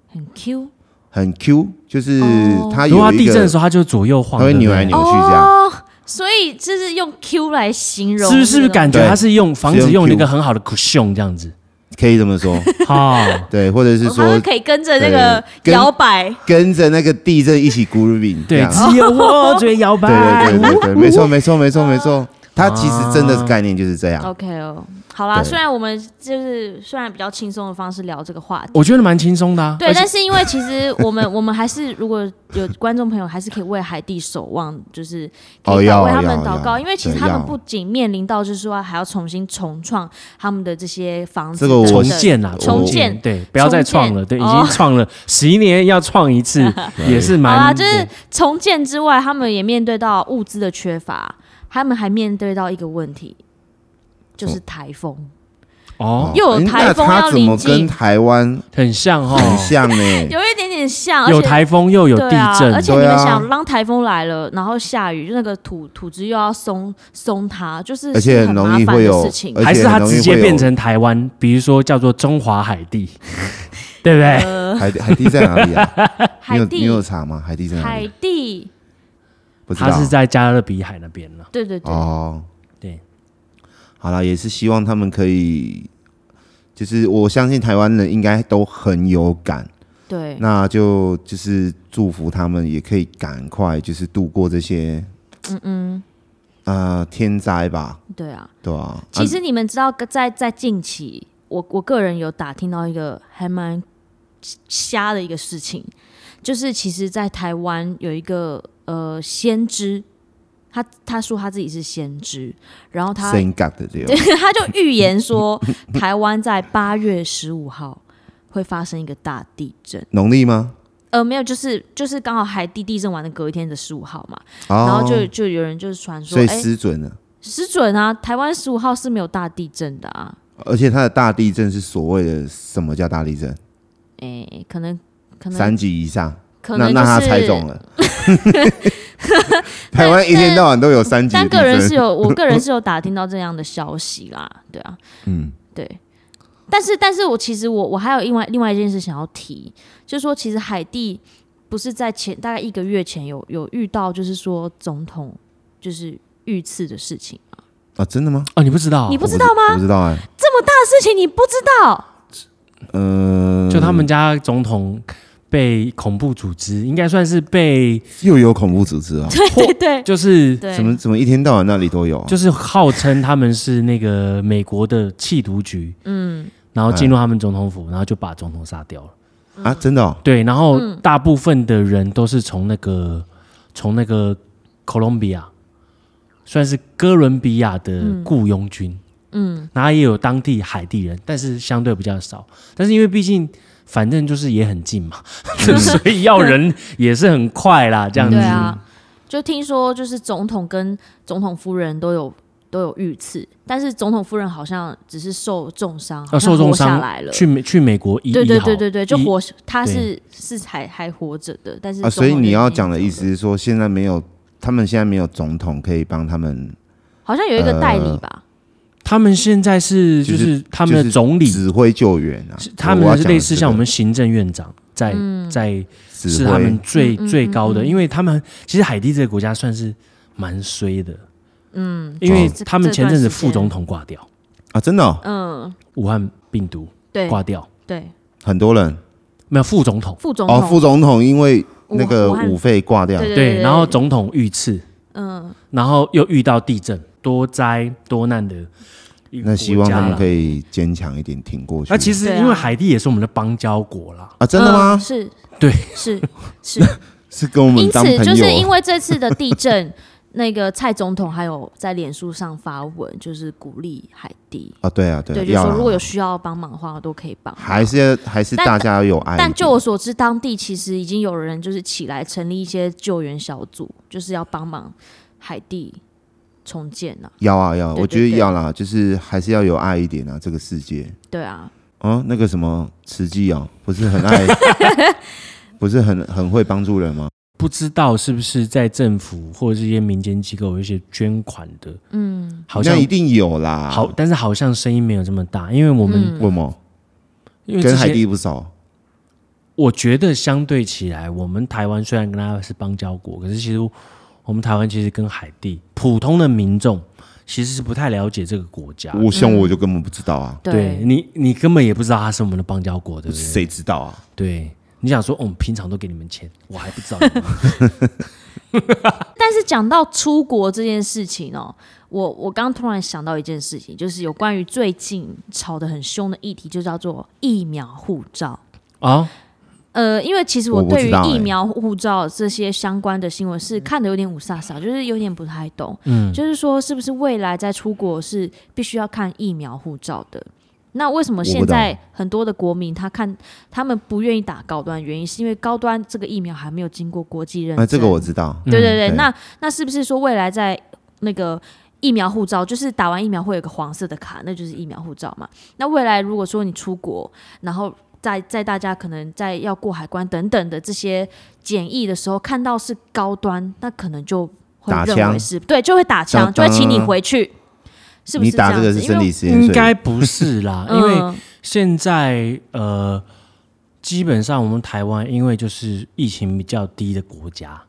[SPEAKER 1] 很 Q
[SPEAKER 2] 很 Q，就是
[SPEAKER 1] 哦
[SPEAKER 2] 它有
[SPEAKER 3] 如
[SPEAKER 2] 一个。
[SPEAKER 3] 果它啊地震的时候，它就左右晃，
[SPEAKER 2] 它会
[SPEAKER 3] 对不
[SPEAKER 2] 扭
[SPEAKER 3] 对
[SPEAKER 2] 来扭去这样。
[SPEAKER 1] 哦，所以这是用 Q 来形容，
[SPEAKER 3] 是不是是不是
[SPEAKER 1] 这个
[SPEAKER 3] 感觉它是用房子
[SPEAKER 2] 是用
[SPEAKER 3] 用那
[SPEAKER 2] Q
[SPEAKER 3] 个很好的 cushion 这样子？
[SPEAKER 2] 可以这么 说，
[SPEAKER 3] 哈、
[SPEAKER 2] 对，或者是
[SPEAKER 1] 哦它
[SPEAKER 2] 说
[SPEAKER 1] 是可以跟着那个
[SPEAKER 2] 对跟
[SPEAKER 1] 摇摆，
[SPEAKER 3] 啊
[SPEAKER 2] 跟着那个地震一起 grooving，这
[SPEAKER 3] 对，
[SPEAKER 2] 样
[SPEAKER 3] 只有我最摇摆。
[SPEAKER 2] 对对对对，没错没错没错没错，它其实真的是概念就是这样，
[SPEAKER 1] OK 哦，好啦，
[SPEAKER 2] 对
[SPEAKER 1] 虽然我们就是虽然比较轻松的方式聊这个话题，
[SPEAKER 3] 我觉得蛮轻松的、啊。
[SPEAKER 1] 对，
[SPEAKER 3] 而且
[SPEAKER 1] 但是因为其实我们我们还是如果有观众朋友，还是可以为海地守望，就是可
[SPEAKER 2] 哦
[SPEAKER 1] 以
[SPEAKER 2] 要
[SPEAKER 1] 祷为他们
[SPEAKER 2] 要
[SPEAKER 1] 祷告，
[SPEAKER 2] 要
[SPEAKER 1] 因为其实
[SPEAKER 2] 对
[SPEAKER 1] 他们
[SPEAKER 2] 要
[SPEAKER 1] 不仅面临到就是说还要重新重创他们的这些房子
[SPEAKER 2] 这个我
[SPEAKER 1] 等
[SPEAKER 3] 重
[SPEAKER 1] 等，
[SPEAKER 3] 建啊啦，
[SPEAKER 1] 重建哦
[SPEAKER 3] 对，不要再创了，对，已经创了十一年，要创 一次也是
[SPEAKER 1] 好啦，
[SPEAKER 3] 蛮，
[SPEAKER 1] 啊就是重建之外，他们也面对到物资的缺乏，他们还面对到一个问题，就是台风，
[SPEAKER 3] 哦，
[SPEAKER 1] 又有
[SPEAKER 2] 诶
[SPEAKER 1] 台风
[SPEAKER 2] 那
[SPEAKER 1] 要
[SPEAKER 2] 它怎么
[SPEAKER 1] 临近
[SPEAKER 2] 跟台湾
[SPEAKER 3] 很像哦，
[SPEAKER 2] 很像呢？
[SPEAKER 1] 有一点点像，而
[SPEAKER 3] 有
[SPEAKER 1] 且
[SPEAKER 3] 台风又有
[SPEAKER 1] 对
[SPEAKER 3] 地震，
[SPEAKER 1] 啊、而且你
[SPEAKER 2] 对
[SPEAKER 1] 们
[SPEAKER 2] 啊
[SPEAKER 1] 想，当台风来了，然后下雨，那个土土质又要松松它，就是
[SPEAKER 2] 而且
[SPEAKER 1] 是很
[SPEAKER 2] 很
[SPEAKER 1] 麻
[SPEAKER 2] 容易
[SPEAKER 1] 烦
[SPEAKER 2] 会
[SPEAKER 1] 的
[SPEAKER 2] 有
[SPEAKER 1] 事情
[SPEAKER 2] 而。且
[SPEAKER 3] 还是它
[SPEAKER 2] 很容易
[SPEAKER 3] 直接
[SPEAKER 2] 会有
[SPEAKER 3] 变成台湾，比如说叫做中华海 地，对不对？
[SPEAKER 2] 海海地在哪里啊？你
[SPEAKER 1] 呃 海
[SPEAKER 2] 有你
[SPEAKER 1] 地，
[SPEAKER 2] 有查吗？海地在哪
[SPEAKER 1] 海
[SPEAKER 2] 里？
[SPEAKER 1] 地，
[SPEAKER 2] 不知
[SPEAKER 3] 它
[SPEAKER 2] 道
[SPEAKER 3] 是在加勒比海那边呢。
[SPEAKER 1] 对对对，
[SPEAKER 2] 哦。
[SPEAKER 3] 对，
[SPEAKER 2] 好了，也是希望他们可以，就是我相信台湾人应该都很有感。
[SPEAKER 1] 对，
[SPEAKER 2] 那就就是祝福他们，也可以赶快就是度过这些，嗯嗯，呃，天灾吧，
[SPEAKER 1] 对啊。
[SPEAKER 2] 对啊？
[SPEAKER 1] 其
[SPEAKER 2] 啊
[SPEAKER 1] 实你们知道，在在近期，我我个人有打听到一个还蛮瞎的一个事情，就是其实，在台湾有一个呃先知，他他说他自己是先知，然后他
[SPEAKER 2] 深感的这样，
[SPEAKER 1] 对， 他就预言说台湾在八月十五号会发生一个大地震。
[SPEAKER 2] 农历吗？
[SPEAKER 1] 呃，没有，就是就是刚好海地地震完的隔一天的十五号嘛， 然
[SPEAKER 2] 哦
[SPEAKER 1] 后，就就有人就是传说，
[SPEAKER 2] 所以
[SPEAKER 1] 哎、
[SPEAKER 2] 失准了，
[SPEAKER 1] 失准啊，台湾十五号是没有大地震的啊，
[SPEAKER 2] 而且它的大地震是所谓的什么叫大地震？
[SPEAKER 1] 哎、可能可能
[SPEAKER 2] 三级以上，
[SPEAKER 1] 可
[SPEAKER 2] 那
[SPEAKER 1] 能
[SPEAKER 2] 那他
[SPEAKER 1] 就
[SPEAKER 2] 猜
[SPEAKER 1] 是
[SPEAKER 2] 中了。台湾一天到晚都有三级
[SPEAKER 1] 但
[SPEAKER 2] 地
[SPEAKER 1] 个人是
[SPEAKER 2] 震，
[SPEAKER 1] 有，我个人是有打听到这样的消息啦，对啊，
[SPEAKER 2] 嗯，
[SPEAKER 1] 对。但是，但是我其实我我还有另外另外一件事想要提，就是说，其实海地不是在前大概一个月前有有遇到，就是说总统就是遇刺的事情嘛。
[SPEAKER 2] 啊，真的吗？
[SPEAKER 3] 哦，你不知道
[SPEAKER 1] 你，不
[SPEAKER 2] 我
[SPEAKER 1] 知道
[SPEAKER 2] 我
[SPEAKER 1] 吗？
[SPEAKER 2] 不知道哎，
[SPEAKER 1] 那事情你不知道，
[SPEAKER 2] 呃，
[SPEAKER 3] 就他们家总统被恐怖组织，应该算是被
[SPEAKER 2] 又有恐怖组织啊，
[SPEAKER 1] 对对对
[SPEAKER 3] 就是
[SPEAKER 1] 对，
[SPEAKER 2] 怎么怎么一天到晚那里都有啊，
[SPEAKER 3] 就是号称他们是那个美国的缉毒局，嗯，然后进入他们总统府，然后就把总统杀掉了。
[SPEAKER 2] 啊，真的哦，
[SPEAKER 3] 对，然后
[SPEAKER 1] 嗯
[SPEAKER 3] 大部分的人都是从那个从那个哥伦比亚，算是哥伦比亚的雇佣军，嗯，然后也有当地海地人，但是相对比较少。但是因为毕竟反正就是也很近嘛， 所以要人也是很快啦，这样子。
[SPEAKER 1] 嗯对啊，
[SPEAKER 2] 嗯
[SPEAKER 1] 就听说就是总统跟总统夫人都有都有遇刺，但是总统夫人好像只是受重伤，
[SPEAKER 3] 要
[SPEAKER 1] 好像
[SPEAKER 3] 啊受重
[SPEAKER 1] 活下
[SPEAKER 3] 伤
[SPEAKER 1] 来了，
[SPEAKER 3] 去美去美国医
[SPEAKER 1] 对
[SPEAKER 3] 医
[SPEAKER 1] 对
[SPEAKER 3] 好
[SPEAKER 1] 对对对，就
[SPEAKER 3] 医
[SPEAKER 1] 活，他
[SPEAKER 3] 对
[SPEAKER 1] 是是还还活着的，但是
[SPEAKER 2] 啊，所以
[SPEAKER 1] 总统
[SPEAKER 2] 你
[SPEAKER 1] 人
[SPEAKER 2] 要
[SPEAKER 1] 已经
[SPEAKER 2] 讲的
[SPEAKER 1] 走
[SPEAKER 2] 意
[SPEAKER 1] 了
[SPEAKER 2] 思是说，现在没有，他们现在没有总统可以帮他们
[SPEAKER 1] 好像有一个代理
[SPEAKER 2] 呃
[SPEAKER 1] 吧，
[SPEAKER 3] 他们现在是
[SPEAKER 2] 就
[SPEAKER 3] 就是是他们的总理，
[SPEAKER 2] 指挥救援啊，
[SPEAKER 3] 他
[SPEAKER 2] 我要
[SPEAKER 3] 们是
[SPEAKER 2] 讲的
[SPEAKER 3] 类似
[SPEAKER 2] 这
[SPEAKER 3] 像我
[SPEAKER 2] 个
[SPEAKER 3] 们行政院长在
[SPEAKER 1] 嗯
[SPEAKER 3] 在
[SPEAKER 2] 指
[SPEAKER 3] 是他们
[SPEAKER 2] 挥，
[SPEAKER 3] 最
[SPEAKER 1] 嗯嗯
[SPEAKER 3] 最高的，因为他们其实海地这个国家算是蛮衰的，嗯，因为
[SPEAKER 1] 哦这
[SPEAKER 3] 他们前阵
[SPEAKER 1] 这
[SPEAKER 3] 子
[SPEAKER 1] 段时间
[SPEAKER 3] 副总统挂掉，
[SPEAKER 2] 啊，真的哦
[SPEAKER 1] 嗯，
[SPEAKER 3] 武汉病毒
[SPEAKER 1] 对
[SPEAKER 3] 挂掉，
[SPEAKER 1] 对，
[SPEAKER 2] 很多人
[SPEAKER 3] 没有副总统
[SPEAKER 1] 副总
[SPEAKER 2] 哦，
[SPEAKER 1] 统
[SPEAKER 2] 副总统因为那个
[SPEAKER 1] 武汉
[SPEAKER 2] 武肺挂掉，
[SPEAKER 1] 对
[SPEAKER 3] 对，然后总统遇刺，嗯，然后又遇到地震，多灾多难的一个
[SPEAKER 2] 那希望
[SPEAKER 3] 国家
[SPEAKER 2] 他们
[SPEAKER 3] 啦
[SPEAKER 2] 可。以坚强一点挺过去。
[SPEAKER 3] 那其实
[SPEAKER 1] 对啊
[SPEAKER 3] 因为海地也是我们的邦交国啦，
[SPEAKER 2] 啊，真的
[SPEAKER 1] 嗯
[SPEAKER 2] 吗？
[SPEAKER 1] 是，
[SPEAKER 3] 对，
[SPEAKER 1] 是是，
[SPEAKER 2] 是 跟我们
[SPEAKER 1] 因
[SPEAKER 2] 当朋友
[SPEAKER 1] 此
[SPEAKER 2] 啊？
[SPEAKER 1] 就是因为这次的地震。 那个蔡总统还有在脸书上发文，就是鼓励海地，
[SPEAKER 2] 啊，对啊，
[SPEAKER 1] 对，
[SPEAKER 2] 啊，
[SPEAKER 1] 就
[SPEAKER 2] 要
[SPEAKER 1] 说
[SPEAKER 2] 啦
[SPEAKER 1] 如果有需要帮忙的话，我都可以帮忙。
[SPEAKER 2] 还是还是
[SPEAKER 1] 但
[SPEAKER 2] 大家要有爱一点，
[SPEAKER 1] 但就我所知，当地其实已经有人就是起来成立一些救援小组，就是要帮忙海地重建啊。
[SPEAKER 2] 要啊要啊，
[SPEAKER 1] 对
[SPEAKER 2] 我觉得
[SPEAKER 1] 对对
[SPEAKER 2] 要啦，就是还是要有爱一点啊，这个世界
[SPEAKER 1] 对啊，
[SPEAKER 2] 啊，那个什么慈济哦，不是很 爱，不是很很会帮助人吗？
[SPEAKER 3] 不知道是不是在政府或者是一些民间机构有一些捐款的，嗯，好像
[SPEAKER 2] 那一定啊有啦，
[SPEAKER 3] 好，但是好像声音没有这么大，因为我
[SPEAKER 1] 嗯
[SPEAKER 3] 们、
[SPEAKER 2] 为什么？
[SPEAKER 3] 因为这
[SPEAKER 2] 跟海
[SPEAKER 3] 些，
[SPEAKER 2] 地不熟，
[SPEAKER 3] 我觉得相对起来，我们台湾虽然跟它是邦交国，可是其实我们台湾其实跟海地普通的民众其实是不太了解这个国家。
[SPEAKER 2] 我像
[SPEAKER 1] 嗯
[SPEAKER 2] 我就根本不知道啊，
[SPEAKER 3] 对
[SPEAKER 1] 对
[SPEAKER 3] 你，你根本也不知道它是我们的邦交国，对不对？
[SPEAKER 2] 谁知道啊？
[SPEAKER 3] 对，你想说，哦我们平常都给你们钱，我还不知道你们。
[SPEAKER 1] 但是讲到出国这件事情哦，我我刚突然想到一件事情，就是有关于最近吵得很凶的议题，就叫做疫苗护照。
[SPEAKER 3] 啊，
[SPEAKER 1] 呃，因为其实我
[SPEAKER 2] 我不
[SPEAKER 1] 对
[SPEAKER 2] 知
[SPEAKER 1] 于
[SPEAKER 2] 道欸嗯
[SPEAKER 1] 疫苗护照这些相关的新闻是看的有点五煞煞，就是有点不太懂。嗯，就是说是不是未来在出国是必须要看疫苗护照的？那为什么现在很多的国民他看他们不愿意打高端，原因是因为高端这个疫苗还没有经过国际认证。
[SPEAKER 2] 啊，这个我知道，
[SPEAKER 3] 嗯
[SPEAKER 1] 对对对，
[SPEAKER 2] 对
[SPEAKER 1] 那那是不是说未来在那个疫苗护照，就是打完疫苗会有个黄色的卡，那就是疫苗护照嘛？那未来如果说你出国，然后在在大家可能在要过海关等等的这些检疫的时候，看到是高端，那可能就会
[SPEAKER 2] 打
[SPEAKER 1] 认为
[SPEAKER 2] 枪
[SPEAKER 1] 是对，就会打枪，
[SPEAKER 2] 当
[SPEAKER 1] 就会请你回去，是不
[SPEAKER 2] 你
[SPEAKER 1] 是
[SPEAKER 2] 打
[SPEAKER 1] 样
[SPEAKER 2] 这个
[SPEAKER 1] 子
[SPEAKER 2] 是
[SPEAKER 1] 因为
[SPEAKER 2] 生理实验
[SPEAKER 3] 应
[SPEAKER 2] 所以
[SPEAKER 3] 该不是啦，因为
[SPEAKER 1] 嗯
[SPEAKER 3] 现在呃，基本上我们台湾因为就是疫情比较低的国家，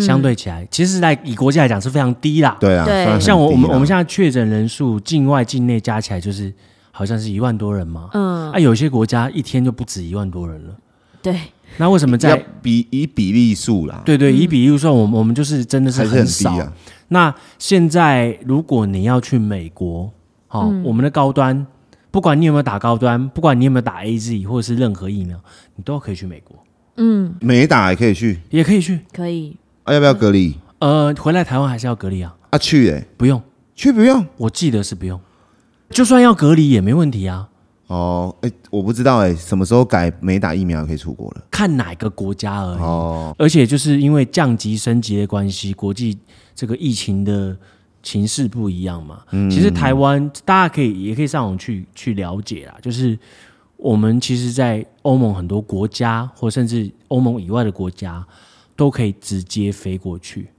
[SPEAKER 3] 相对起来，其实来以国家来讲是非常低啦。，
[SPEAKER 2] 对啊，
[SPEAKER 1] 对
[SPEAKER 2] 算很
[SPEAKER 3] 像我我们
[SPEAKER 2] 低啦
[SPEAKER 3] 我们现在确诊人数，境外境内加起来就是好像是一万多人嘛。
[SPEAKER 1] 嗯，
[SPEAKER 3] 啊，有些国家一天就不止一万多人了。
[SPEAKER 1] 对，
[SPEAKER 3] 那为什么
[SPEAKER 2] 要
[SPEAKER 3] 在
[SPEAKER 2] 比以比例数啦，
[SPEAKER 3] 对对以比例算，我们我们就是真的是
[SPEAKER 2] 还是很低
[SPEAKER 3] 少。
[SPEAKER 2] 啊，
[SPEAKER 3] 那现在如果你要去美国，好、我们的高端，不管你有没有打高端，不管你有没有打 A Z 或者是任何疫苗，你都可以去美国，
[SPEAKER 1] 嗯，
[SPEAKER 2] 没打也可以去
[SPEAKER 3] 也可以去。
[SPEAKER 1] 可以，
[SPEAKER 2] 啊，要不要隔离？
[SPEAKER 3] 呃，回来台湾还是要隔离啊？
[SPEAKER 2] 啊，去哎、
[SPEAKER 3] 不用，
[SPEAKER 2] 去不用
[SPEAKER 3] 我记得是不用，就算要隔离也没问题啊。
[SPEAKER 2] 哦，哎、我不知道哎、什么时候改没打疫苗可以出国了？
[SPEAKER 3] 看哪个国家而已，
[SPEAKER 2] 哦，
[SPEAKER 3] 而且就是因为降级升级的关系，国际这个疫情的情势不一样嘛。其实台湾大家可以也可以上网去去了解啦，就是我们其实，在欧盟很多国家，或甚至欧盟以外的国家，都可以直接飞过去。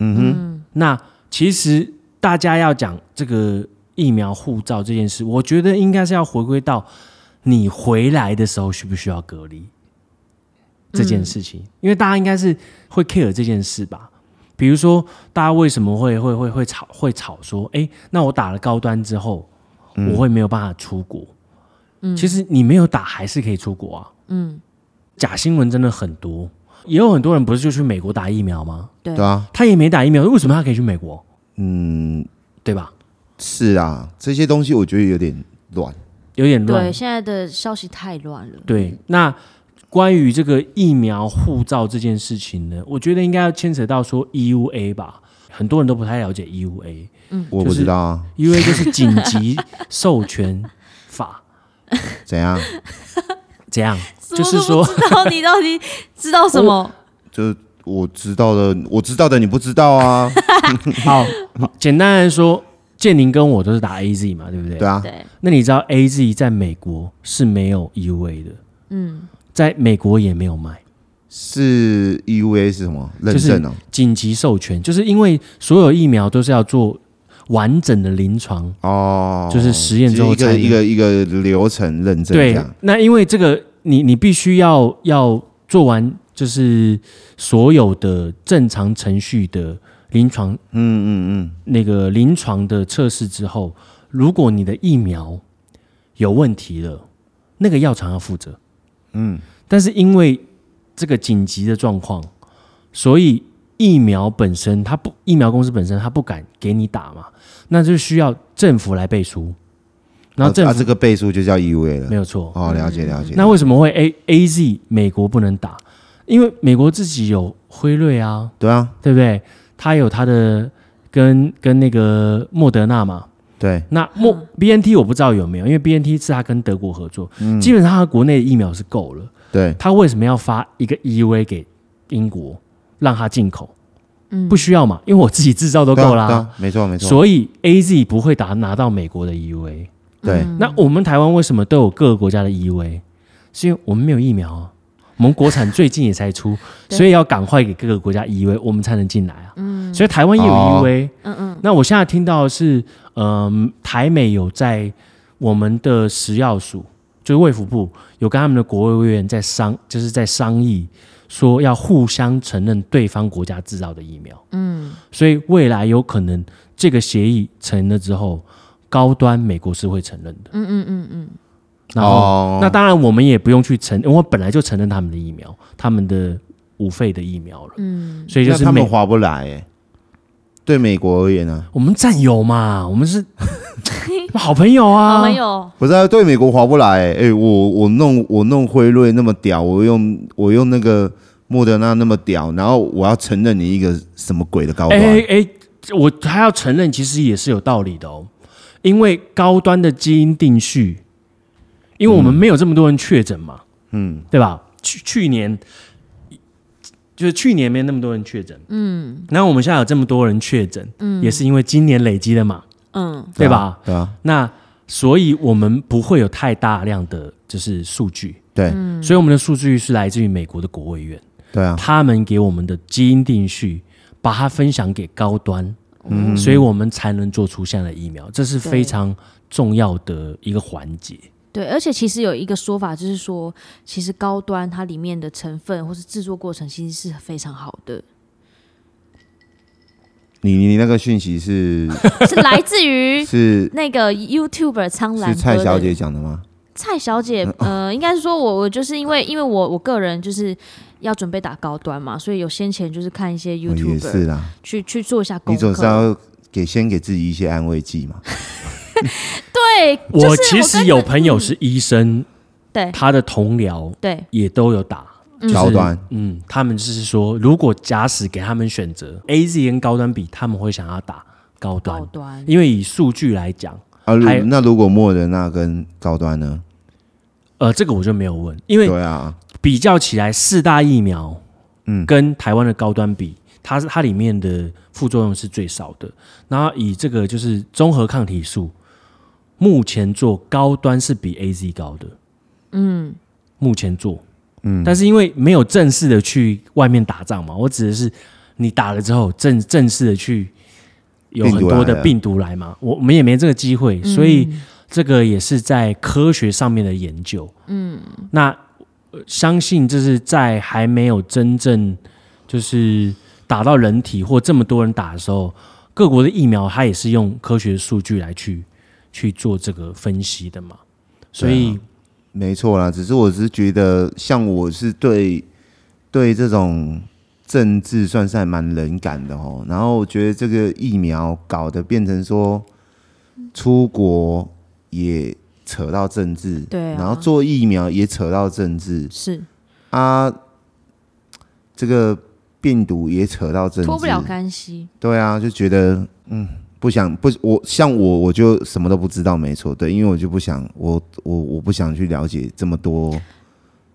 [SPEAKER 3] 嗯哼，那其实大家要讲这个疫苗护照这件事，我觉得应该是要回归到你回来的时候需不需要隔离这件事情，因为大家应该是会 care 这件事吧。比如说，大家为什么会会会会吵会吵说，哎、那我打了高端之后，我会没有办法出国。其实你没有打还是可以出国啊。嗯，假新闻真的很多，也有很多人不是就去美国打疫苗吗？
[SPEAKER 1] 对
[SPEAKER 2] 对啊，
[SPEAKER 3] 他也没打疫苗，为什么他可以去美国？
[SPEAKER 2] 嗯，
[SPEAKER 3] 对吧？
[SPEAKER 2] 是啊，这些东西我觉得有点乱。
[SPEAKER 3] 有点乱
[SPEAKER 1] 对，。现在的消息太乱了。
[SPEAKER 3] 对，那关于这个疫苗护照这件事情呢，我觉得应该要牵扯到说 EUA 吧，很多人都不太了解 E EUA。
[SPEAKER 2] 我不知道 啊，
[SPEAKER 3] EUA 就是紧急授权法，
[SPEAKER 2] 怎样？
[SPEAKER 3] 怎样？
[SPEAKER 1] 怎么
[SPEAKER 3] 就是
[SPEAKER 1] 都不
[SPEAKER 3] 说，
[SPEAKER 1] 知道你到底知道什 么？
[SPEAKER 2] 就我知道的，我知道的你不知道啊，
[SPEAKER 3] 好，好简单来说，建宁跟我都是打 AZ 嘛，对 不对？
[SPEAKER 2] 对啊，
[SPEAKER 1] 对，
[SPEAKER 3] 那你知道 AZ 在美国是没有 EUA 的，嗯，在美国也没有卖。
[SPEAKER 2] 是 EUA 是什么认
[SPEAKER 3] 就是
[SPEAKER 2] 证哦、
[SPEAKER 3] 紧急授权，就是因为所有疫苗都是要做完整的临床，
[SPEAKER 2] 哦，
[SPEAKER 3] 就是实验之后
[SPEAKER 2] 一
[SPEAKER 3] 才
[SPEAKER 2] 个
[SPEAKER 3] 能
[SPEAKER 2] 一个一个流程认证这
[SPEAKER 3] 对
[SPEAKER 2] 样。。
[SPEAKER 3] 那因为这个，你你必须要要做完，就是所有的正常程序的临床
[SPEAKER 2] 嗯嗯
[SPEAKER 3] 那个临床的测试之后，如果你的疫苗有问题了，那个药厂要负责。嗯，但是因为这个紧急的状况，所以疫苗本身它不，疫苗公司本身它不敢给你打嘛，那就需要政府来背书。
[SPEAKER 2] 嗯，
[SPEAKER 3] 然后政
[SPEAKER 2] 啊啊
[SPEAKER 3] 府、
[SPEAKER 2] 这个倍数就叫 EUA 了
[SPEAKER 3] 没。有错，
[SPEAKER 2] 哦，了解了解。
[SPEAKER 3] 那为什么会 A A Z 美国不能打？因为美国自己有辉瑞啊，
[SPEAKER 2] 对啊，
[SPEAKER 3] 对不对？它有它的跟跟那个莫德纳嘛，
[SPEAKER 2] 对，
[SPEAKER 3] 那莫 B N T 我不知道有没有，因为 B N T 是他跟德国合作，
[SPEAKER 2] 嗯
[SPEAKER 3] 基本上他国内的疫苗是够了，
[SPEAKER 2] 对，
[SPEAKER 3] 他为什么要发一个 E U A 给英国让他进口？
[SPEAKER 1] 嗯
[SPEAKER 3] 不需要嘛，因为我自己制造都
[SPEAKER 2] 对啊
[SPEAKER 3] 够啦、
[SPEAKER 2] 对啊没错没错，
[SPEAKER 3] 所以 A Z 不会打拿到美国的 E U A。
[SPEAKER 2] 对，
[SPEAKER 3] 那我们台湾为什么都有各个国家的 E U A？是因为我们没有疫苗啊，我们国产最近也才 出，
[SPEAKER 1] 对
[SPEAKER 3] 所以要赶快给各个国家 E U A，我们才能进来啊。所以台湾也有 E
[SPEAKER 2] 哦
[SPEAKER 3] U A、
[SPEAKER 1] 嗯嗯，
[SPEAKER 3] 那我现在听到的是，嗯、台美有在我们的食药署，就是卫福部，有跟他们的国卫委员在商，就是在商议，说要互相承认对方国家制造的疫苗。嗯，所以未来有可能这个协议成了之后，高端美国是会承认的。嗯嗯嗯嗯。然后，
[SPEAKER 2] 哦
[SPEAKER 3] 那当然我们也不用去承，因为我本来就承认他们的疫苗，他们的五费的疫苗了。嗯，所以就
[SPEAKER 2] 那
[SPEAKER 3] 是
[SPEAKER 2] 他
[SPEAKER 3] 美
[SPEAKER 2] 们划不来哎。对美国而言啊呢，
[SPEAKER 3] 我们战友嘛，我们是好朋友啊，
[SPEAKER 1] 好朋友，
[SPEAKER 2] 不是啊，对美国划不来哎。哎，我我弄我弄辉瑞那么屌，我用我用那个莫德纳那么屌，然后我要承认你一个什么鬼的高
[SPEAKER 3] 哎
[SPEAKER 2] 端？
[SPEAKER 3] 哎哎，我还要承认，其实也是有道理的哦，因为高端的基因定序，因为我们没有这么多人确诊嘛，嗯，对吧？去去年就是去年没那么多人确诊，嗯，那我们现在有这么多人确诊，嗯，也是因为今年累积的嘛，
[SPEAKER 1] 嗯，
[SPEAKER 3] 对
[SPEAKER 2] 啊
[SPEAKER 3] 吧？
[SPEAKER 2] 对啊，
[SPEAKER 3] 那所以我们不会有太大量的就是数据，
[SPEAKER 2] 对
[SPEAKER 1] 嗯
[SPEAKER 3] 所以我们的数据是来自于美国的国卫院。
[SPEAKER 2] 对啊，
[SPEAKER 3] 他们给我们的基因定序，把它分享给高端，
[SPEAKER 1] 嗯
[SPEAKER 3] 所以我们才能做出现在的疫苗，这是非常重要的一个环节。
[SPEAKER 1] 对，而且其实有一个说法，就是说，其实高端它里面的成分或是制作过程其实是非常好的，
[SPEAKER 2] 你你那个讯 息是
[SPEAKER 1] 是来自于
[SPEAKER 2] 是
[SPEAKER 1] 那个 YouTuber 苍兰
[SPEAKER 2] 是
[SPEAKER 1] 哥
[SPEAKER 2] 蔡
[SPEAKER 1] 的
[SPEAKER 2] 小姐嗯讲的吗？哦
[SPEAKER 1] 蔡小姐，呃，应该是说我我就是因为因为我我个人就是要准备打高端嘛，所以有先前就是看一些
[SPEAKER 2] 哦也
[SPEAKER 1] YouTuber
[SPEAKER 2] 是啦，
[SPEAKER 1] 去去做一下功
[SPEAKER 2] 你总是
[SPEAKER 1] 课。
[SPEAKER 2] 要给先给自己一些安慰剂嘛。
[SPEAKER 1] 对，就是
[SPEAKER 3] 我其实
[SPEAKER 1] 跟
[SPEAKER 3] 有朋友是医生，
[SPEAKER 1] 对
[SPEAKER 3] 他的同僚
[SPEAKER 1] 对
[SPEAKER 3] 也都有打，就是
[SPEAKER 2] 高端，
[SPEAKER 3] 嗯，他们就是说，如果假使给他们选择 A Z 跟高端比，他们会想要打高端，
[SPEAKER 1] 高端
[SPEAKER 3] 因为以数据来讲，
[SPEAKER 2] 啊，如
[SPEAKER 3] 还有
[SPEAKER 2] 那如果莫德纳跟高端呢？
[SPEAKER 3] 呃，这个我就没有问，因为
[SPEAKER 2] 对啊，
[SPEAKER 3] 比较起来，四大疫苗，嗯，跟台湾的高端比，它是它里面的副作用是最少的。然后以这个就是综合抗体数，目前做高端是比 A Z 高的，嗯，目前做，嗯，但是因为没有正式的去外面打仗嘛，我指的是你打了之后正正式的去有很多的病
[SPEAKER 2] 病
[SPEAKER 3] 毒来嘛，我我们也没这个机会，所以这个也是在科学上面的研究，嗯，那呃相信这是在还没有真正就是打到人体或这么多人打的时候，各国的疫苗它也是用科学数据来去去做这个分析的嘛。所
[SPEAKER 2] 啊
[SPEAKER 3] 以，
[SPEAKER 2] 没错啦。只是我是觉得，像我是对对这种政治算是还蛮冷感的哦。然后我觉得这个疫苗搞得变成说，出国也扯到政治，
[SPEAKER 1] 对啊
[SPEAKER 2] 然后做疫苗也扯到政治
[SPEAKER 1] 是
[SPEAKER 2] 啊，这个病毒也扯到政治，
[SPEAKER 1] 脱不了干系。
[SPEAKER 2] 对啊，就觉得嗯，不想不我像我我就什么都不知道，没错，对，因为我就不想我我我不想去了解这么多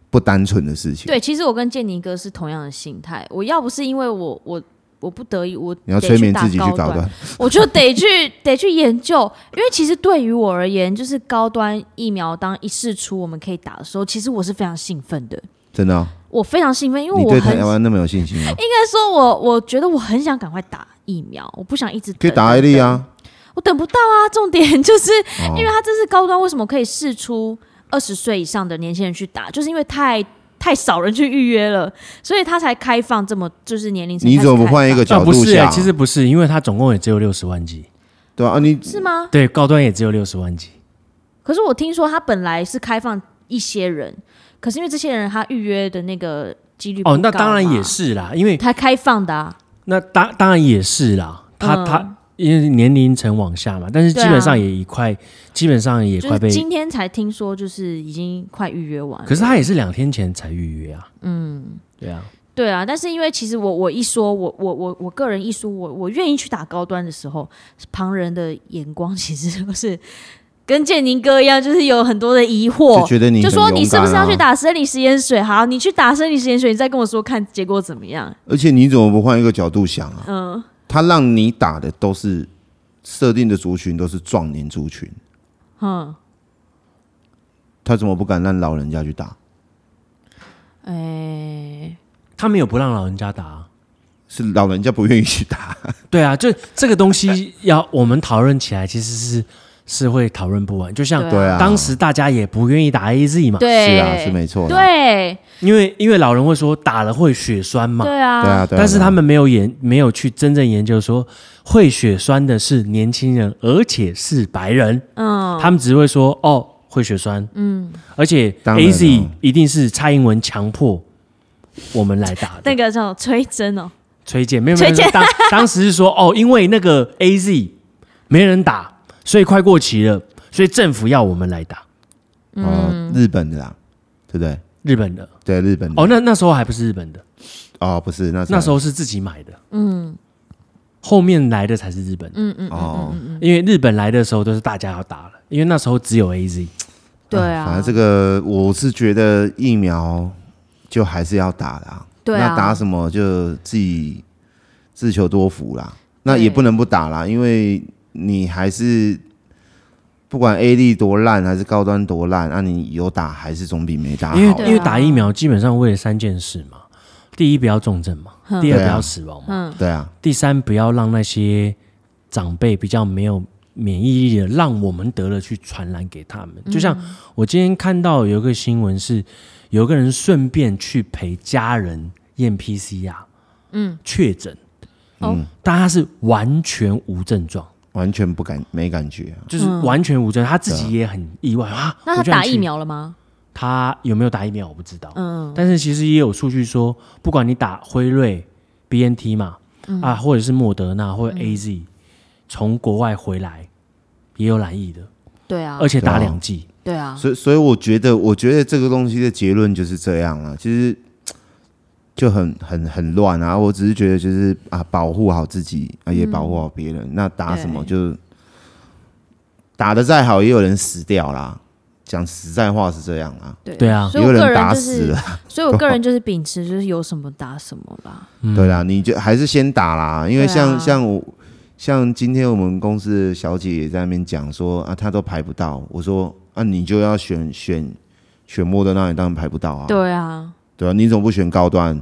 [SPEAKER 2] 不单纯的事情。，
[SPEAKER 1] 对，其实我跟建宁哥是同样的心态。我要不是因为我我我不得已，我
[SPEAKER 2] 你要
[SPEAKER 1] 得
[SPEAKER 2] 催眠
[SPEAKER 1] 打
[SPEAKER 2] 自己去搞
[SPEAKER 1] 端
[SPEAKER 2] 的，
[SPEAKER 1] 我就得去得去研究，因为其实对于我而言，就是高端疫苗当一试出我们可以打的时候，其实我是非常兴奋的，
[SPEAKER 2] 真的哦、
[SPEAKER 1] 我非常兴奋，因为
[SPEAKER 2] 你
[SPEAKER 1] 我
[SPEAKER 2] 对
[SPEAKER 1] 很
[SPEAKER 2] 台湾那么有信心吗？
[SPEAKER 1] 应该说我，我觉得我很想赶快打疫苗，我不想一直等
[SPEAKER 2] 可以打 A
[SPEAKER 1] 等
[SPEAKER 2] D 啊，
[SPEAKER 1] 我等不到啊。重点 就是
[SPEAKER 2] 哦
[SPEAKER 1] 因为它这是高端，为什么可以试出二十岁以上的年轻人去打？就是因为太太少人去预约了，所以它才开放这么就是年龄层。
[SPEAKER 2] 你怎么哦不换一个？
[SPEAKER 3] 啊
[SPEAKER 2] 角
[SPEAKER 3] 不
[SPEAKER 2] 度
[SPEAKER 3] 是、
[SPEAKER 2] 想？
[SPEAKER 3] 欸，其实不是，因为它总共也只有六十万剂，
[SPEAKER 2] 对啊，啊你
[SPEAKER 1] 是吗？
[SPEAKER 3] 对，高端也只有六十万剂。
[SPEAKER 1] 可是我听说它本来是开放一些人，可是因为这些人他预约的那个几率不啊
[SPEAKER 3] 哦，那
[SPEAKER 1] 高
[SPEAKER 3] 当然
[SPEAKER 1] 嘛
[SPEAKER 3] 也是啦，因为
[SPEAKER 1] 它开放的、啊，
[SPEAKER 3] 那当当然也是啦，它
[SPEAKER 1] 嗯
[SPEAKER 3] 它因为年龄层往下嘛，但是基
[SPEAKER 1] 对啊
[SPEAKER 3] 本上也一块，基本上也
[SPEAKER 1] 就
[SPEAKER 3] 快
[SPEAKER 1] 是
[SPEAKER 3] 被。
[SPEAKER 1] 今天才听说，就是已经快预约完了。
[SPEAKER 3] 可是它也是两天前才预约啊。嗯，对啊。
[SPEAKER 1] 对啊，但是因为其实我我一说，我我我我个人一说，我我愿意去打高端的时候，旁人的眼光 其实都是跟建宁哥一样，就是有很多的疑惑，
[SPEAKER 2] 就觉得你
[SPEAKER 1] 就
[SPEAKER 2] 很
[SPEAKER 1] 说
[SPEAKER 2] 勇
[SPEAKER 1] 你是不是
[SPEAKER 2] 敢啊
[SPEAKER 1] 要去打生理食盐水？好，你去打生理食盐水，你再跟我说看结果怎么样？
[SPEAKER 2] 而且你怎么不换一个角度想啊？嗯，他让你打的都是设定的族群都是壮年族群，
[SPEAKER 1] 嗯，
[SPEAKER 2] 他怎么不敢让老人家去打？
[SPEAKER 1] 哎、
[SPEAKER 3] 他没有不让老人家打、啊。
[SPEAKER 2] 是老人家不愿意去打，
[SPEAKER 3] 对啊，就这个东西要我们讨论起来，其实是是会讨论不完。就像
[SPEAKER 1] 对
[SPEAKER 2] 对啊，
[SPEAKER 3] 当时大家也不愿意打 A Z 嘛，
[SPEAKER 1] 对，
[SPEAKER 2] 是啊，是没错啦，啊
[SPEAKER 1] 对
[SPEAKER 3] 因为因为老人会说打了会血栓嘛，
[SPEAKER 1] 对啊，
[SPEAKER 2] 对啊，对啊，
[SPEAKER 3] 但是
[SPEAKER 2] 对啊
[SPEAKER 3] 他们没有研没有去真正研究说会血栓的是年轻人，而且是白人，
[SPEAKER 1] 嗯，
[SPEAKER 3] 他们只会说哦会血栓，嗯，而且
[SPEAKER 2] 当然
[SPEAKER 3] A
[SPEAKER 2] 啊
[SPEAKER 3] Z 一定是蔡英文强迫我们来打的
[SPEAKER 1] 那。个叫崔真哦，
[SPEAKER 3] 崔健，没有没
[SPEAKER 1] 崔
[SPEAKER 3] 有，没有当当时是说哦，因为那个 A Z 没人打，所以快过期了，所以政府要我们来打
[SPEAKER 1] 嗯
[SPEAKER 2] 哦，日本的啦，对不对？
[SPEAKER 3] 日本的。
[SPEAKER 2] 对，日本的
[SPEAKER 3] 哦，那那时候还不是日本的，
[SPEAKER 2] 哦，不嗯是那
[SPEAKER 3] 那时
[SPEAKER 2] 候
[SPEAKER 3] 候是自己买的。嗯，后面来的才是日本的，
[SPEAKER 2] 哦，
[SPEAKER 3] 因为日本来的时候都是大家要打了，因为那时候只有 A Z。
[SPEAKER 1] 对
[SPEAKER 2] 哎反
[SPEAKER 1] 啊
[SPEAKER 2] 正，这个我是觉得疫苗就还是要打啦，
[SPEAKER 1] 对啊
[SPEAKER 2] 那打什么就自己自求多福啦，那
[SPEAKER 1] 对
[SPEAKER 2] 也不能不打啦，因为你还是。不管 A 力多烂还是高端多烂，那、你有打还是总比没打好。
[SPEAKER 3] 因为、
[SPEAKER 1] 对啊
[SPEAKER 3] 因为打疫苗基本上为了三件事嘛，第一不要重症嘛，第二
[SPEAKER 2] 对啊
[SPEAKER 3] 不要死亡嘛，
[SPEAKER 2] 对啊，
[SPEAKER 3] 第三不要让那些长辈比较没有免疫力的，让我们得了去传染给他们。
[SPEAKER 1] 嗯
[SPEAKER 3] 就像我今天看到有一个新闻是，有个人顺便去陪家人验 PCR，嗯，确诊，
[SPEAKER 1] 哦，
[SPEAKER 3] 但他是完全无症状。
[SPEAKER 2] 完全不感没感觉啊。
[SPEAKER 3] 就是完全无症，状，他自己也很意外啊。
[SPEAKER 1] 嗯那他
[SPEAKER 3] 我居然
[SPEAKER 1] 打
[SPEAKER 3] 去
[SPEAKER 1] 疫苗了吗？
[SPEAKER 3] 他有没有打疫苗我不知道，嗯，但是其实也有数据说，不管你打辉瑞、B N T 嘛，
[SPEAKER 1] 嗯
[SPEAKER 3] 啊，或者是莫德纳或者 A Z，从、国外回来也有染疫的，
[SPEAKER 1] 对啊
[SPEAKER 3] 而，且打
[SPEAKER 2] 对啊
[SPEAKER 3] 两剂，
[SPEAKER 1] 对啊，
[SPEAKER 2] 啊所以，所以我觉得，我觉得这个东西的结论就是这样了。其实就很很很乱啊！我只是觉得就是啊，保护好自己
[SPEAKER 1] 嗯
[SPEAKER 2] 啊，也保护好别人。那打什么就打的再好，也有人死掉啦。讲实在话是这样啊，
[SPEAKER 1] 对
[SPEAKER 3] 对啊
[SPEAKER 1] 所以
[SPEAKER 2] 也有
[SPEAKER 1] 我个
[SPEAKER 2] 人
[SPEAKER 1] 人
[SPEAKER 2] 打
[SPEAKER 1] 就
[SPEAKER 2] 死
[SPEAKER 1] 是
[SPEAKER 2] 了，。
[SPEAKER 1] 所以我个人就是秉持就是有什么打什么啦。
[SPEAKER 2] 对啦，你就还是先打啦，因为
[SPEAKER 1] 对啊
[SPEAKER 2] 像、像我像今天我们公司的小姐也在那边讲说啊，她都排不到。我说啊，你就要选选选莫德纳，你当然排不到啊。
[SPEAKER 1] 对啊，
[SPEAKER 2] 对啊，你怎么不选高端？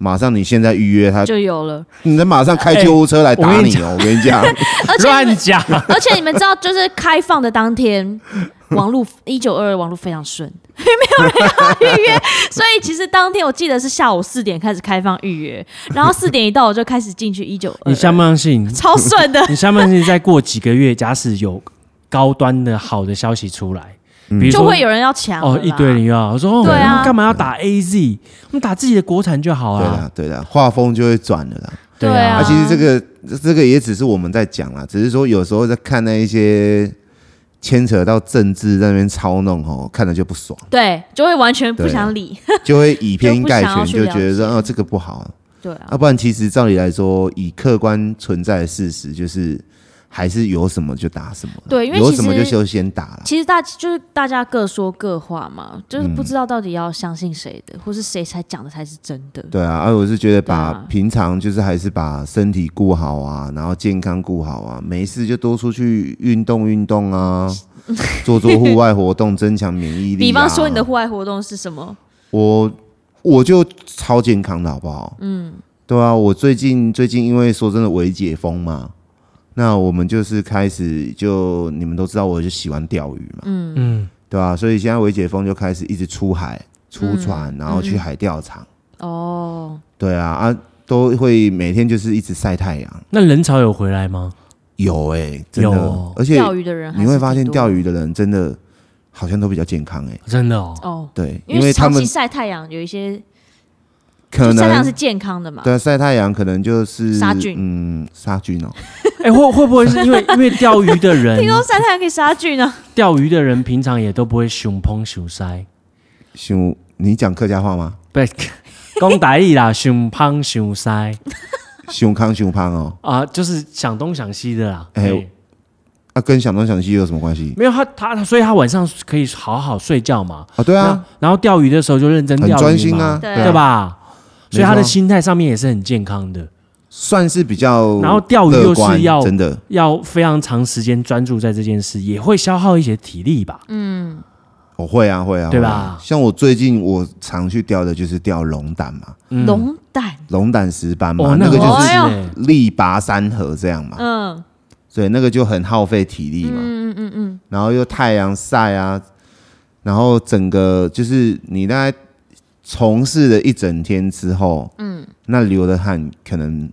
[SPEAKER 2] 马上你现在预约他，
[SPEAKER 1] 就哎有了。
[SPEAKER 2] 你能马上开救护车来打你哦！我跟 你讲，
[SPEAKER 3] 乱讲，
[SPEAKER 1] 而且你们知道，就是开放的当天，网络一九二二网络非常顺， 没有人要预约，所以其实当天我记得是下午四点开始开放预约，然后四点一到我就开始进去一九二
[SPEAKER 3] 你，相不相信？
[SPEAKER 1] 超顺的。
[SPEAKER 3] 你相不相信？再过几个月，假使有高端的好的消息出来，比如说
[SPEAKER 1] 就会有人要抢了
[SPEAKER 3] 哦
[SPEAKER 1] 啦
[SPEAKER 3] 一堆人要，我说哦，
[SPEAKER 1] 对啊
[SPEAKER 3] 我们干嘛要打 A Z？我们打自己的国产就好啊
[SPEAKER 2] 对啊
[SPEAKER 3] 了。
[SPEAKER 2] 啦对啦，画风就会转了啦。
[SPEAKER 1] 对
[SPEAKER 3] 对
[SPEAKER 1] 啊
[SPEAKER 3] 啊
[SPEAKER 2] 啊，其实这个这个也只是我们在讲啦，只是说有时候在看那一些牵扯到政治在那边操弄哦，看了就 不爽，
[SPEAKER 1] 对，就会完全不
[SPEAKER 2] 对
[SPEAKER 1] 想理。
[SPEAKER 2] 就会以偏概全，
[SPEAKER 1] 就不想要去
[SPEAKER 2] 就
[SPEAKER 1] 了解
[SPEAKER 2] 觉得说哦这个不好。
[SPEAKER 1] 对啊，
[SPEAKER 2] 啊，不然其实照理来说，以客观存在的事实就是。还是有什么就打什么啦，
[SPEAKER 1] 对因为
[SPEAKER 2] 有
[SPEAKER 1] 其
[SPEAKER 2] 什么就
[SPEAKER 1] 实
[SPEAKER 2] 就先打了。
[SPEAKER 1] 其实大就是大家各说各话嘛，就是不知道到底要相信谁的，或是谁才讲的才是真的。
[SPEAKER 2] 对啊，而我是觉得把
[SPEAKER 1] 对啊
[SPEAKER 2] 平常就是还是把身体顾好啊，然后健康顾好啊，没事就多出去运动运 动啊，做做户外活动，增强免疫力、啊。
[SPEAKER 1] 比方说你的，户外活动是什么？
[SPEAKER 2] 我我就超健康的好不好？嗯，对啊，我最近最近因为说真的，微解封嘛，那我们就是开始就你们都知道，我就喜欢钓鱼嘛，嗯嗯，对啊，所以现在微解封就开始一直出海出船，
[SPEAKER 1] 嗯
[SPEAKER 2] 然后去海钓场。
[SPEAKER 1] 哦，
[SPEAKER 2] 对啊，啊，都会每天就是一直晒太阳。
[SPEAKER 3] 那人潮有回来吗？
[SPEAKER 2] 有哎、真的，
[SPEAKER 3] 有哦
[SPEAKER 2] 而且
[SPEAKER 1] 钓鱼的人还
[SPEAKER 2] 你
[SPEAKER 1] 是
[SPEAKER 2] 会发现
[SPEAKER 1] 挺多
[SPEAKER 2] 钓鱼的人真的好像都比较健康哎、
[SPEAKER 3] 真的哦，
[SPEAKER 1] 哦，
[SPEAKER 2] 对，
[SPEAKER 1] 因
[SPEAKER 2] 因为他
[SPEAKER 1] 长
[SPEAKER 2] 们
[SPEAKER 1] 期晒太阳有一些
[SPEAKER 2] 可
[SPEAKER 1] 就晒太阳是
[SPEAKER 2] 能
[SPEAKER 1] 健康的嘛。
[SPEAKER 2] 对晒太阳可能就是
[SPEAKER 1] 杀菌
[SPEAKER 2] 嗯，杀菌哦、
[SPEAKER 3] 哎，会会不会是因为因为钓鱼的人
[SPEAKER 1] 听，说晒太阳可以杀菌啊呢，
[SPEAKER 3] 钓鱼的人平常也都不会熊碰熊塞，
[SPEAKER 2] 熊，你讲客家话吗？
[SPEAKER 3] 不是讲台语啦， 熊碰熊塞
[SPEAKER 2] 熊康熊胖哦、
[SPEAKER 3] 啊，就是想东想西的啦。
[SPEAKER 2] 哎
[SPEAKER 3] 哎，
[SPEAKER 2] 那、啊跟想东想西有什么关系
[SPEAKER 3] 没有他他，所以他晚上可以好好睡觉嘛。
[SPEAKER 2] 啊？对
[SPEAKER 3] 然
[SPEAKER 2] 啊
[SPEAKER 3] 后，然后钓鱼的时候就认真钓鱼
[SPEAKER 2] 很
[SPEAKER 3] 嘛，
[SPEAKER 2] 专心啊，
[SPEAKER 1] 对
[SPEAKER 2] 对
[SPEAKER 1] 啊
[SPEAKER 3] 对
[SPEAKER 2] 啊，
[SPEAKER 3] 吧？
[SPEAKER 2] 没错
[SPEAKER 3] 所以他的心态上面也是很健康的，
[SPEAKER 2] 算是比较
[SPEAKER 3] 然后钓鱼又
[SPEAKER 2] 乐
[SPEAKER 3] 是
[SPEAKER 2] 观
[SPEAKER 3] 要
[SPEAKER 2] 真的
[SPEAKER 3] 要非常长时间专注在这件事，也会消耗一些体力吧？
[SPEAKER 1] 嗯
[SPEAKER 2] 我会啊会啊，
[SPEAKER 3] 对
[SPEAKER 2] 会啊
[SPEAKER 3] 吧
[SPEAKER 2] 像我最近我常去钓的就是钓龙胆嘛，
[SPEAKER 1] 龙胆，
[SPEAKER 2] 龙胆石斑嘛，
[SPEAKER 3] 哦，
[SPEAKER 2] 啊那个
[SPEAKER 3] 很
[SPEAKER 2] 就
[SPEAKER 1] 好
[SPEAKER 2] 是
[SPEAKER 1] 哎呦
[SPEAKER 3] 吃欸
[SPEAKER 2] 力拔山河这样嘛，
[SPEAKER 1] 嗯
[SPEAKER 2] 所以那个就很耗费体力嘛，
[SPEAKER 1] 嗯嗯嗯嗯，
[SPEAKER 2] 然后又太阳晒啊，然后整个就是你大概从事了一整天之后，嗯，那流的汗可能，嗯，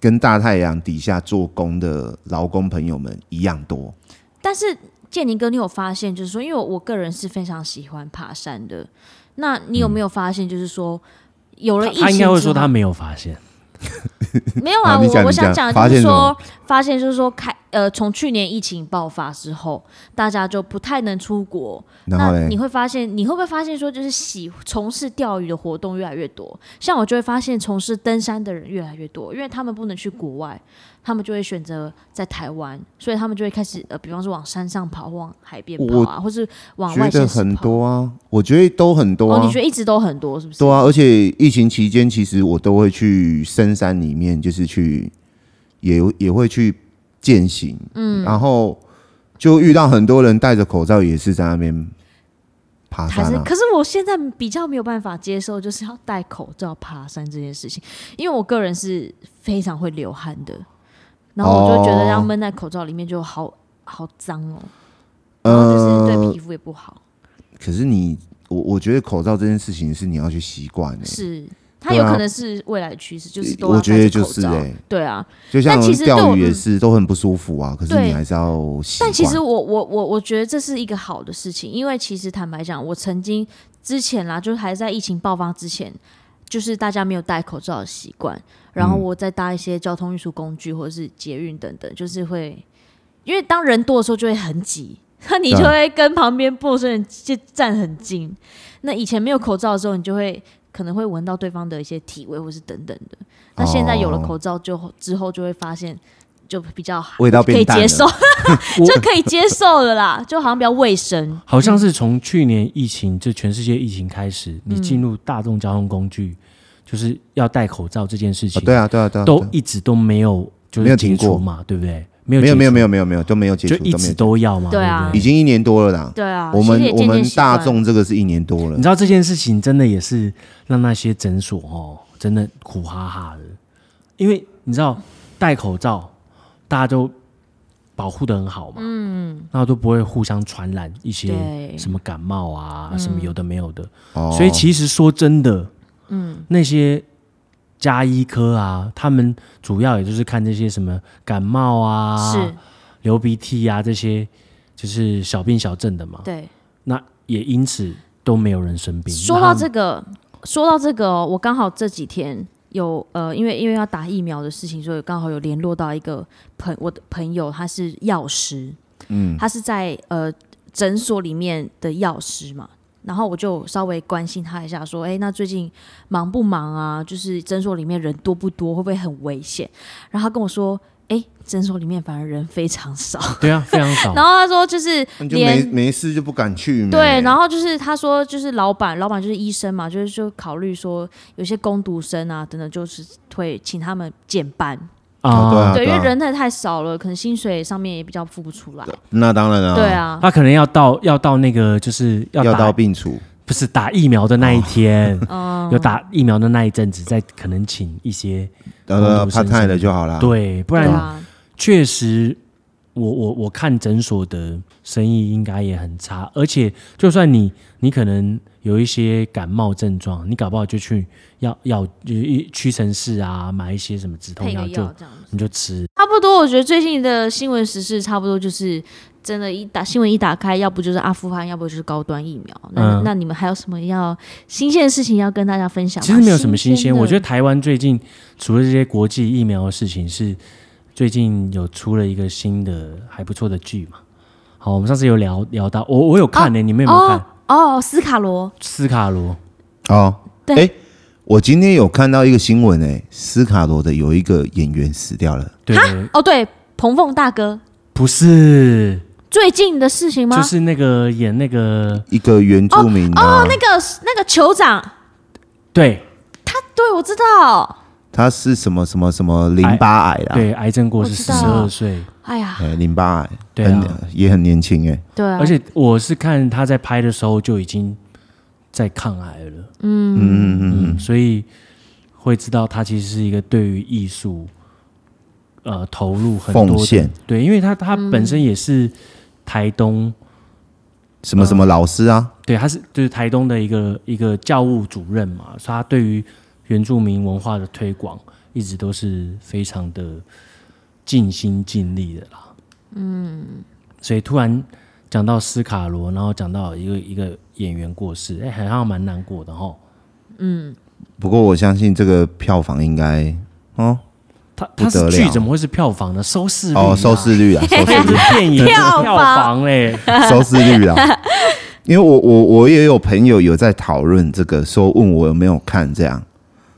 [SPEAKER 2] 跟大太阳底下做工的劳工朋友们一样多，
[SPEAKER 1] 但是建宁哥，你有发现就是说，因为我个人是非常喜欢爬山的，那你有没
[SPEAKER 2] 嗯
[SPEAKER 1] 有发现就是说？有了疫情
[SPEAKER 3] 他应该会说
[SPEAKER 1] 之
[SPEAKER 3] 他
[SPEAKER 1] 后
[SPEAKER 3] 没有发现，
[SPEAKER 1] 没有啊，
[SPEAKER 2] 好你讲
[SPEAKER 1] 我我
[SPEAKER 2] 你
[SPEAKER 1] 想
[SPEAKER 2] 讲
[SPEAKER 1] 讲的
[SPEAKER 2] 发
[SPEAKER 1] 就是
[SPEAKER 2] 现什
[SPEAKER 1] 说
[SPEAKER 2] 么，
[SPEAKER 1] 发现就是说开呃，从去年疫情爆发之后，大家就不太能出国，
[SPEAKER 2] 然后
[SPEAKER 1] 那
[SPEAKER 2] 嘞
[SPEAKER 1] 你，会发现，你会不会发现说，就是喜从事钓鱼的活动越来越多？像我就会发现，从事登山的人越来越多，因为他们不能去国外，他们就会选择在台湾，所以他们就会开始呃，比方说往山上跑，往海边跑啊，或是往外
[SPEAKER 2] 觉得
[SPEAKER 1] 县市
[SPEAKER 2] 很
[SPEAKER 1] 跑。
[SPEAKER 2] 多啊，我觉得都很多
[SPEAKER 1] 哦，
[SPEAKER 2] 啊
[SPEAKER 1] 你觉，得一直都很多是不是？
[SPEAKER 2] 对啊，而且疫情期间，其实我都会去深山里面，就是去也也会去践行，嗯，然后就遇到很多人戴着口罩，也是在那边爬
[SPEAKER 1] 还
[SPEAKER 2] 山
[SPEAKER 1] 是，
[SPEAKER 2] 啊。
[SPEAKER 1] 可是我现在比较没有办法接受，就是要戴口罩爬山这件事情，因为我个人是非常会流汗的，然后我就觉得
[SPEAKER 2] 哦
[SPEAKER 1] 要闷在口罩里面就好好脏哦，然后就是对
[SPEAKER 2] 呃
[SPEAKER 1] 皮，肤也不好，
[SPEAKER 2] 可是你，我我觉得口罩这件事情是你要去习惯的，
[SPEAKER 1] 是它
[SPEAKER 2] 对
[SPEAKER 1] 有
[SPEAKER 2] 啊
[SPEAKER 1] 可能是未来的趋势，就是都要
[SPEAKER 2] 我觉
[SPEAKER 1] 戴
[SPEAKER 2] 得
[SPEAKER 1] 着
[SPEAKER 2] 就
[SPEAKER 1] 口
[SPEAKER 2] 是
[SPEAKER 1] 罩
[SPEAKER 2] 哎，
[SPEAKER 1] 对啊，
[SPEAKER 2] 就像
[SPEAKER 1] 但其实对
[SPEAKER 2] 钓
[SPEAKER 1] 我
[SPEAKER 2] 鱼也是都很不舒服啊，可是
[SPEAKER 1] 对
[SPEAKER 2] 你还是要习惯。
[SPEAKER 1] 但其实我我我我觉得这是一个好的事情，因为其实坦白讲，我曾经之前啦，就是还在疫情爆发之前，就是大家没有戴口罩的习惯，然
[SPEAKER 2] 嗯
[SPEAKER 1] 后我再搭一些交通运输工具或者是捷运等等，就是会因为当人多的时候就会很挤，那你就
[SPEAKER 2] 对啊
[SPEAKER 1] 会跟旁边陌生人就站很近。那以前没有口罩的时候，你就会可能会闻到对方的一些体味或是等等的。那现在有了
[SPEAKER 2] 哦
[SPEAKER 1] 口罩就之后，就会发现就比较好
[SPEAKER 2] 味道
[SPEAKER 1] 可
[SPEAKER 2] 变
[SPEAKER 1] 以
[SPEAKER 2] 淡
[SPEAKER 1] 接
[SPEAKER 2] 了
[SPEAKER 1] 受，
[SPEAKER 3] 我
[SPEAKER 1] 就可以接受了啦，就好像比较卫生。
[SPEAKER 3] 好像是从去年疫情，就全世界疫情开始，你
[SPEAKER 2] 嗯
[SPEAKER 3] 进入大众交通工具，就是要戴口罩这件事
[SPEAKER 2] 啊
[SPEAKER 3] 情，
[SPEAKER 2] 对啊，对啊，对啊，
[SPEAKER 3] 都
[SPEAKER 2] 对啊
[SPEAKER 3] 一直都没有就
[SPEAKER 2] 没
[SPEAKER 3] 是
[SPEAKER 2] 有停
[SPEAKER 3] 解
[SPEAKER 2] 过
[SPEAKER 3] 除嘛，对不对？没有
[SPEAKER 2] 没有没有没
[SPEAKER 3] 有，
[SPEAKER 2] 有没有没有都没有接触，
[SPEAKER 3] 就一
[SPEAKER 2] 都没
[SPEAKER 3] 直
[SPEAKER 2] 有，
[SPEAKER 3] 都要嘛，
[SPEAKER 1] 对啊
[SPEAKER 3] 不
[SPEAKER 2] 已经一年多了啦。
[SPEAKER 1] 对啊，
[SPEAKER 2] 我
[SPEAKER 1] 其实
[SPEAKER 2] 们
[SPEAKER 1] 也
[SPEAKER 2] 我
[SPEAKER 1] 渐渐
[SPEAKER 2] 们
[SPEAKER 1] 习
[SPEAKER 2] 大
[SPEAKER 1] 惯
[SPEAKER 2] 众这个是一年多了
[SPEAKER 3] 你，知道这件事情真的也是让那些诊所哦，真的苦哈哈的，因为你知道戴口罩，大家都保护的很好嘛，嗯，那都不会互相传染一些
[SPEAKER 1] 对嗯
[SPEAKER 3] 什么感冒啊，什么有的没有的，
[SPEAKER 2] 哦，
[SPEAKER 3] 所以其实说真的，嗯，那些加医科啊，他们主要也就是看这些什么感冒啊、
[SPEAKER 1] 是
[SPEAKER 3] 流鼻涕啊这些，就是小病小症的嘛。
[SPEAKER 1] 对。
[SPEAKER 3] 那也因此都没有人生病。
[SPEAKER 1] 说
[SPEAKER 3] 那他
[SPEAKER 1] 到
[SPEAKER 3] 们
[SPEAKER 1] 这个，说到这个哦、我刚好这几天有呃，因为因为要打疫苗的事情，所以刚好有联络到一个朋我的朋友，他是药师，嗯，他是在呃诊所里面的药师嘛。然后我就稍微关心他一下，说：“哎，那最近忙不忙啊？就是诊所里面人多不多，会不会很危险？”然后他跟我说：“哎，诊所里面反而人非常少。
[SPEAKER 3] 对啊，非常”
[SPEAKER 1] 然后
[SPEAKER 3] 少。
[SPEAKER 1] 他说：“就是
[SPEAKER 2] 哦那哦就
[SPEAKER 1] 连
[SPEAKER 2] 没没事就不敢去。
[SPEAKER 1] 对，然
[SPEAKER 2] 后
[SPEAKER 1] 后就是他说，就是老板，老板就是医生嘛，就是就考虑说有些工读生啊等等，就是会请他们减班，
[SPEAKER 2] 哦对啊
[SPEAKER 1] 对，因为人太太少了，可能薪水上面也比较付不出来，
[SPEAKER 2] 那当然了，
[SPEAKER 1] 对，啊，
[SPEAKER 3] 他可能要到要到那个就是要
[SPEAKER 2] 药
[SPEAKER 3] 打
[SPEAKER 2] 到病除。
[SPEAKER 3] 不是打疫苗的那一天，
[SPEAKER 1] 嗯，
[SPEAKER 3] 有打疫苗的那一阵子，再可能请一些
[SPEAKER 2] 呃，
[SPEAKER 3] 工读
[SPEAKER 2] 怕
[SPEAKER 3] 生
[SPEAKER 2] 太
[SPEAKER 3] 是
[SPEAKER 2] 了就好啦。，
[SPEAKER 3] 对，不
[SPEAKER 1] 对
[SPEAKER 3] 然
[SPEAKER 1] 啊，
[SPEAKER 3] 确实，我我我看诊所的生意应该也很差，而且就算你你可能有一些感冒症状，你搞不好就去药药就一屈臣氏啊，买一些什么止痛
[SPEAKER 1] 配个
[SPEAKER 3] 药
[SPEAKER 1] 药
[SPEAKER 3] 就
[SPEAKER 1] 这样子，
[SPEAKER 3] 你就吃。
[SPEAKER 1] 差不多。我觉得最近的新闻时事差不多就是。真的，一打新闻一打开，要不就是阿富汗，要不就是高端疫苗。那、
[SPEAKER 3] 嗯
[SPEAKER 1] 那你们还有什么要新鲜的事情要跟大家分享吗？
[SPEAKER 3] 其实没有什么新鲜，
[SPEAKER 1] 的
[SPEAKER 3] 我觉得台湾最近除了这些国际疫苗的事情，是最近有出了一个新的还不错的剧嘛。好，我们上次有聊聊到，我我有看呢、欸你们有没有看
[SPEAKER 1] 哦
[SPEAKER 3] 《
[SPEAKER 1] 哦，斯卡罗，
[SPEAKER 3] 斯卡罗》？
[SPEAKER 2] 哦，
[SPEAKER 1] 对
[SPEAKER 2] 哎，我今天有看到一个新闻，哎，斯卡罗的有一个演员死掉了。
[SPEAKER 3] 对，
[SPEAKER 1] 哦，对，彭凤大哥
[SPEAKER 3] 不是，
[SPEAKER 1] 最近的事情吗？
[SPEAKER 3] 就是那个演那个
[SPEAKER 2] 一个原住民啊，
[SPEAKER 1] 那个那个酋长，
[SPEAKER 3] 对
[SPEAKER 1] 对我知道。
[SPEAKER 2] 他是什么什么什么淋巴癌啦，
[SPEAKER 3] 哎对，癌症过世
[SPEAKER 1] 我知
[SPEAKER 3] 四
[SPEAKER 1] 道
[SPEAKER 3] 十二岁，
[SPEAKER 1] 哎呀，
[SPEAKER 2] 啊哎，淋巴癌，
[SPEAKER 3] 对
[SPEAKER 2] 很
[SPEAKER 3] 啊
[SPEAKER 2] 也很年轻哎，
[SPEAKER 1] 对啊，
[SPEAKER 3] 而且我是看他在拍的时候就已经在抗癌了，
[SPEAKER 2] 嗯嗯嗯，
[SPEAKER 3] 嗯，所以会知道他其实是一个对于艺术呃投入很多
[SPEAKER 2] 奉
[SPEAKER 3] 的
[SPEAKER 2] 献，
[SPEAKER 3] 对，因为他他本
[SPEAKER 1] 嗯
[SPEAKER 3] 身也是台东，
[SPEAKER 2] 什么什么老师啊，
[SPEAKER 3] 对，他是就是台东的一个一个教务主任嘛，所以他对于原住民文化的推广一直都是非常的尽心尽力的啦。嗯，所以突然讲到斯卡罗，然后讲到一个一个演员过世，哎、好像蛮难过的哈。
[SPEAKER 2] 不过我相信这个票房应该哦
[SPEAKER 3] 他他
[SPEAKER 2] 不
[SPEAKER 3] 是
[SPEAKER 2] 得
[SPEAKER 3] 剧
[SPEAKER 2] 了
[SPEAKER 3] 怎么会是票房呢？收视率啊
[SPEAKER 2] 哦，收视率啊，收视
[SPEAKER 3] 这
[SPEAKER 2] 率
[SPEAKER 3] 是电影
[SPEAKER 1] 票
[SPEAKER 3] 票
[SPEAKER 1] 房
[SPEAKER 3] 房嘞，
[SPEAKER 2] 收视率啊，因为我我我也有朋友有在讨论这个，说问我有没有看这样，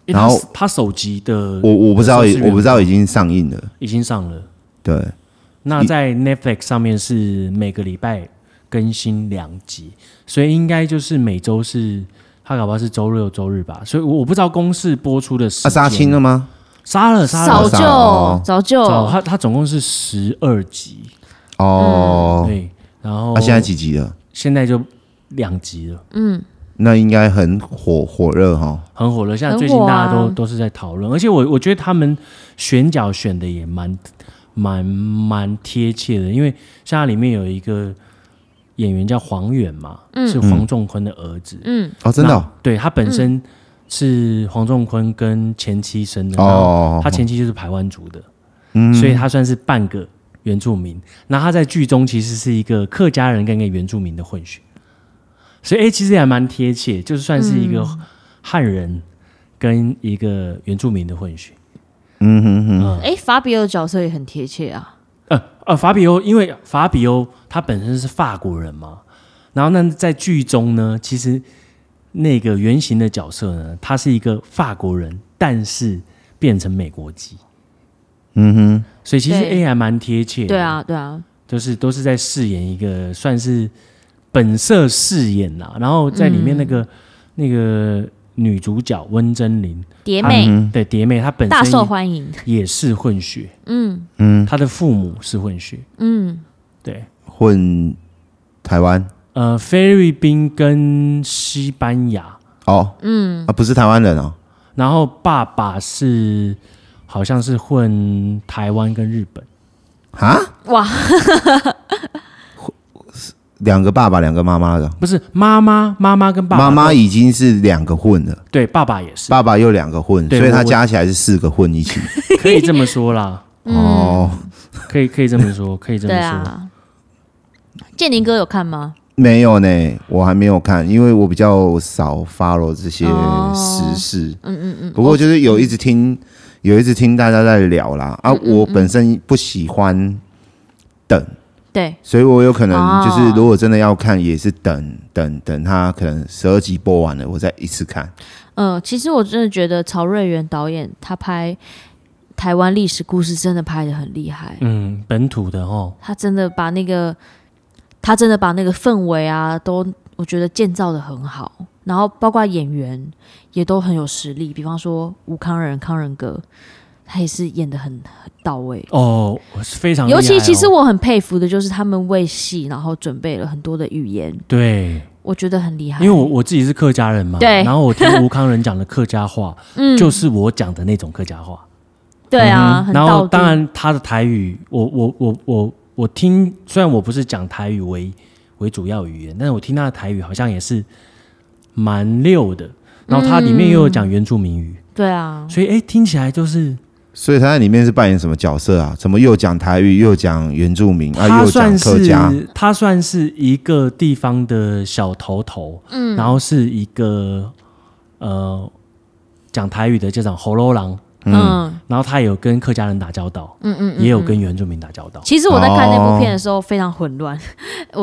[SPEAKER 3] 因为
[SPEAKER 2] 然后
[SPEAKER 3] 他他手机的
[SPEAKER 2] 我我不知道
[SPEAKER 3] 收视率
[SPEAKER 2] 我不知道已经上映了，
[SPEAKER 3] 已经上了。
[SPEAKER 2] 对，
[SPEAKER 3] 那在 Netflix 上面是每个礼拜更新两集，所以应该就是每周是他搞不好是周六周日吧，所以我我不知道公式播出的时
[SPEAKER 2] 啊，
[SPEAKER 3] 间。
[SPEAKER 2] 杀青了吗？
[SPEAKER 3] 杀了杀
[SPEAKER 1] 早
[SPEAKER 3] 了，
[SPEAKER 2] 少哦
[SPEAKER 1] 就早就
[SPEAKER 3] 早他他总共是十二集，
[SPEAKER 2] 哦，
[SPEAKER 3] 对，然后
[SPEAKER 2] 他现在几集了？
[SPEAKER 3] 现在就两集了，
[SPEAKER 2] 那应该很火火热哈，
[SPEAKER 3] 很火了。现在
[SPEAKER 1] 很
[SPEAKER 3] 最近
[SPEAKER 1] 火
[SPEAKER 3] 大家都、
[SPEAKER 1] 啊
[SPEAKER 3] 都是在讨论，而且我我觉得他们选角选的也蛮蛮蛮贴切的，因为像它里面有一个演员叫黄远嘛，是黄仲坤的儿子，
[SPEAKER 1] 嗯，
[SPEAKER 2] 哦，真的哦
[SPEAKER 3] 那对他本身是黄仲坤跟前妻生的，
[SPEAKER 2] 哦
[SPEAKER 3] 哦，他前妻就是排湾族的，所以他算是半个原住民。那他在剧中其实是一个客家人跟一个原住民的混血，所以哎、诶其实还蛮贴切，就是算是一个汉人跟一个原住民的混血。
[SPEAKER 2] 嗯哼哼，
[SPEAKER 1] 哎，法比尔的角色也很贴切啊。
[SPEAKER 3] 呃呃，法比欧，因为法比欧他本身是法国人嘛，然后那在剧中呢，其实那个原型的角色呢，他是一个法国人，但是变成美国籍，
[SPEAKER 2] 嗯哼，
[SPEAKER 3] 所以其实
[SPEAKER 1] 对
[SPEAKER 3] A 还蛮贴切的。
[SPEAKER 1] 对，啊，对啊，
[SPEAKER 3] 就是都是在饰演一个算是本色饰演啦，然后在里面那个、
[SPEAKER 1] 嗯
[SPEAKER 3] 那个女主角温真菱，
[SPEAKER 1] 蝶
[SPEAKER 3] 她
[SPEAKER 1] 妹、
[SPEAKER 2] 嗯
[SPEAKER 3] 对蝶妹，她本
[SPEAKER 1] 大受
[SPEAKER 3] 身
[SPEAKER 1] 欢迎，
[SPEAKER 3] 也是混血，
[SPEAKER 1] 嗯
[SPEAKER 2] 嗯，
[SPEAKER 3] 她的父母是混血，
[SPEAKER 1] 嗯，
[SPEAKER 3] 对，
[SPEAKER 2] 混台湾
[SPEAKER 3] 呃，菲律宾跟西班牙，
[SPEAKER 2] 哦，嗯，啊，不是台湾人哦，
[SPEAKER 3] 然后爸爸是好像是混台湾跟日本，
[SPEAKER 2] 哈，
[SPEAKER 1] 哇，
[SPEAKER 2] 两个爸爸，两个妈妈的，
[SPEAKER 3] 不是妈妈，妈妈跟爸
[SPEAKER 2] 妈
[SPEAKER 3] 爸都，
[SPEAKER 2] 妈已经是两个混了，
[SPEAKER 3] 对爸爸也是，
[SPEAKER 2] 爸爸又两个混，
[SPEAKER 3] 对
[SPEAKER 2] 所以
[SPEAKER 3] 我
[SPEAKER 2] 他
[SPEAKER 3] 我
[SPEAKER 2] 加起来是四个混一起。
[SPEAKER 3] 可以这么说啦，
[SPEAKER 2] 哦，
[SPEAKER 3] 可以可以这么说，可以这么
[SPEAKER 1] 对
[SPEAKER 3] 说，
[SPEAKER 1] 啊。建宁哥有看吗？
[SPEAKER 2] 没有呢，我还没有看，因为我比较少 follow 这些
[SPEAKER 1] 哦
[SPEAKER 2] 时事。
[SPEAKER 1] 嗯嗯嗯，
[SPEAKER 2] 不
[SPEAKER 3] 哦
[SPEAKER 2] 过就是有一直听，有一直听大家在聊啦。
[SPEAKER 3] 嗯
[SPEAKER 2] 啊，我本身不喜欢等，
[SPEAKER 1] 对，
[SPEAKER 2] 所以我有可能就是
[SPEAKER 1] 哦
[SPEAKER 2] 如果真的要看，也是等等等他可能十二集播完了，我再一次看。
[SPEAKER 1] 嗯，其实我真的觉得曹瑞元导演他拍台湾历史故事真的拍的很厉害，
[SPEAKER 3] 嗯，本土的哦，
[SPEAKER 1] 他真的把那个他真的把那个氛围啊，都我觉得建造的很好，然后包括演员也都很有实力，比方说吴康仁、康仁哥，他也是演的很很到位。
[SPEAKER 3] 哦，非常厉害
[SPEAKER 1] 尤
[SPEAKER 3] 哦、
[SPEAKER 1] 其其实我很佩服的就是他们为戏然后准备了很多的语言，
[SPEAKER 3] 对，
[SPEAKER 1] 我觉得很厉害。
[SPEAKER 3] 因为我我自己是客家人嘛，
[SPEAKER 1] 哎对
[SPEAKER 3] 然后我听吴康仁讲的客 家话，就是我讲的那种客家话，
[SPEAKER 1] 嗯对啊，很
[SPEAKER 3] 嗯然
[SPEAKER 1] 到
[SPEAKER 3] 后
[SPEAKER 1] 位
[SPEAKER 3] 当然他的台语，我我我我我听，虽然我不是讲台语为为主要语言，但是我听他的台语好像也是蛮溜的，然后它里面又有讲原住民语，
[SPEAKER 1] 对啊，
[SPEAKER 3] 所以哎听起来就是
[SPEAKER 2] 所以他在里面是扮演什么角色啊？怎么又讲台语，又讲原住民，啊，
[SPEAKER 3] 他
[SPEAKER 2] 又讲
[SPEAKER 3] 算
[SPEAKER 2] 客家？
[SPEAKER 3] 是他算是一个地方的小头头，嗯，然后是一个呃讲台语的叫长喉咙狼，
[SPEAKER 1] 嗯
[SPEAKER 3] 然后他有跟客家人打交道，
[SPEAKER 1] 嗯嗯嗯，
[SPEAKER 3] 也有跟原住民打交道。
[SPEAKER 1] 其实我在看那部片的时候非常混乱，
[SPEAKER 3] 哦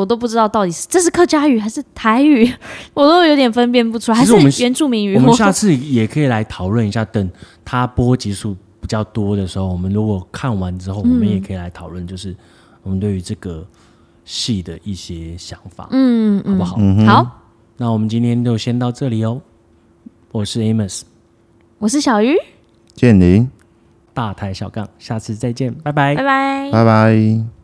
[SPEAKER 1] 我都不知道到底是这是客家语还是台语， 我都有点分辨不出来，还
[SPEAKER 3] 其实
[SPEAKER 1] 是
[SPEAKER 3] 我们
[SPEAKER 1] 原住民语。
[SPEAKER 3] 我们
[SPEAKER 1] 或
[SPEAKER 3] 下次也可以来讨论一下，等他播集数比较多的时候，我们如果看完之后，我们也可以来讨论，就是我们对于这个戏的一些想法，
[SPEAKER 1] 嗯
[SPEAKER 3] 好
[SPEAKER 1] 嗯
[SPEAKER 3] 不好？
[SPEAKER 1] 好，
[SPEAKER 3] 那我们今天就先到这里哦。我是 Amos
[SPEAKER 1] 我是小鱼，
[SPEAKER 2] 建林，
[SPEAKER 3] 大台小杠，下次再见，拜拜
[SPEAKER 1] 拜。拜。
[SPEAKER 2] 拜拜。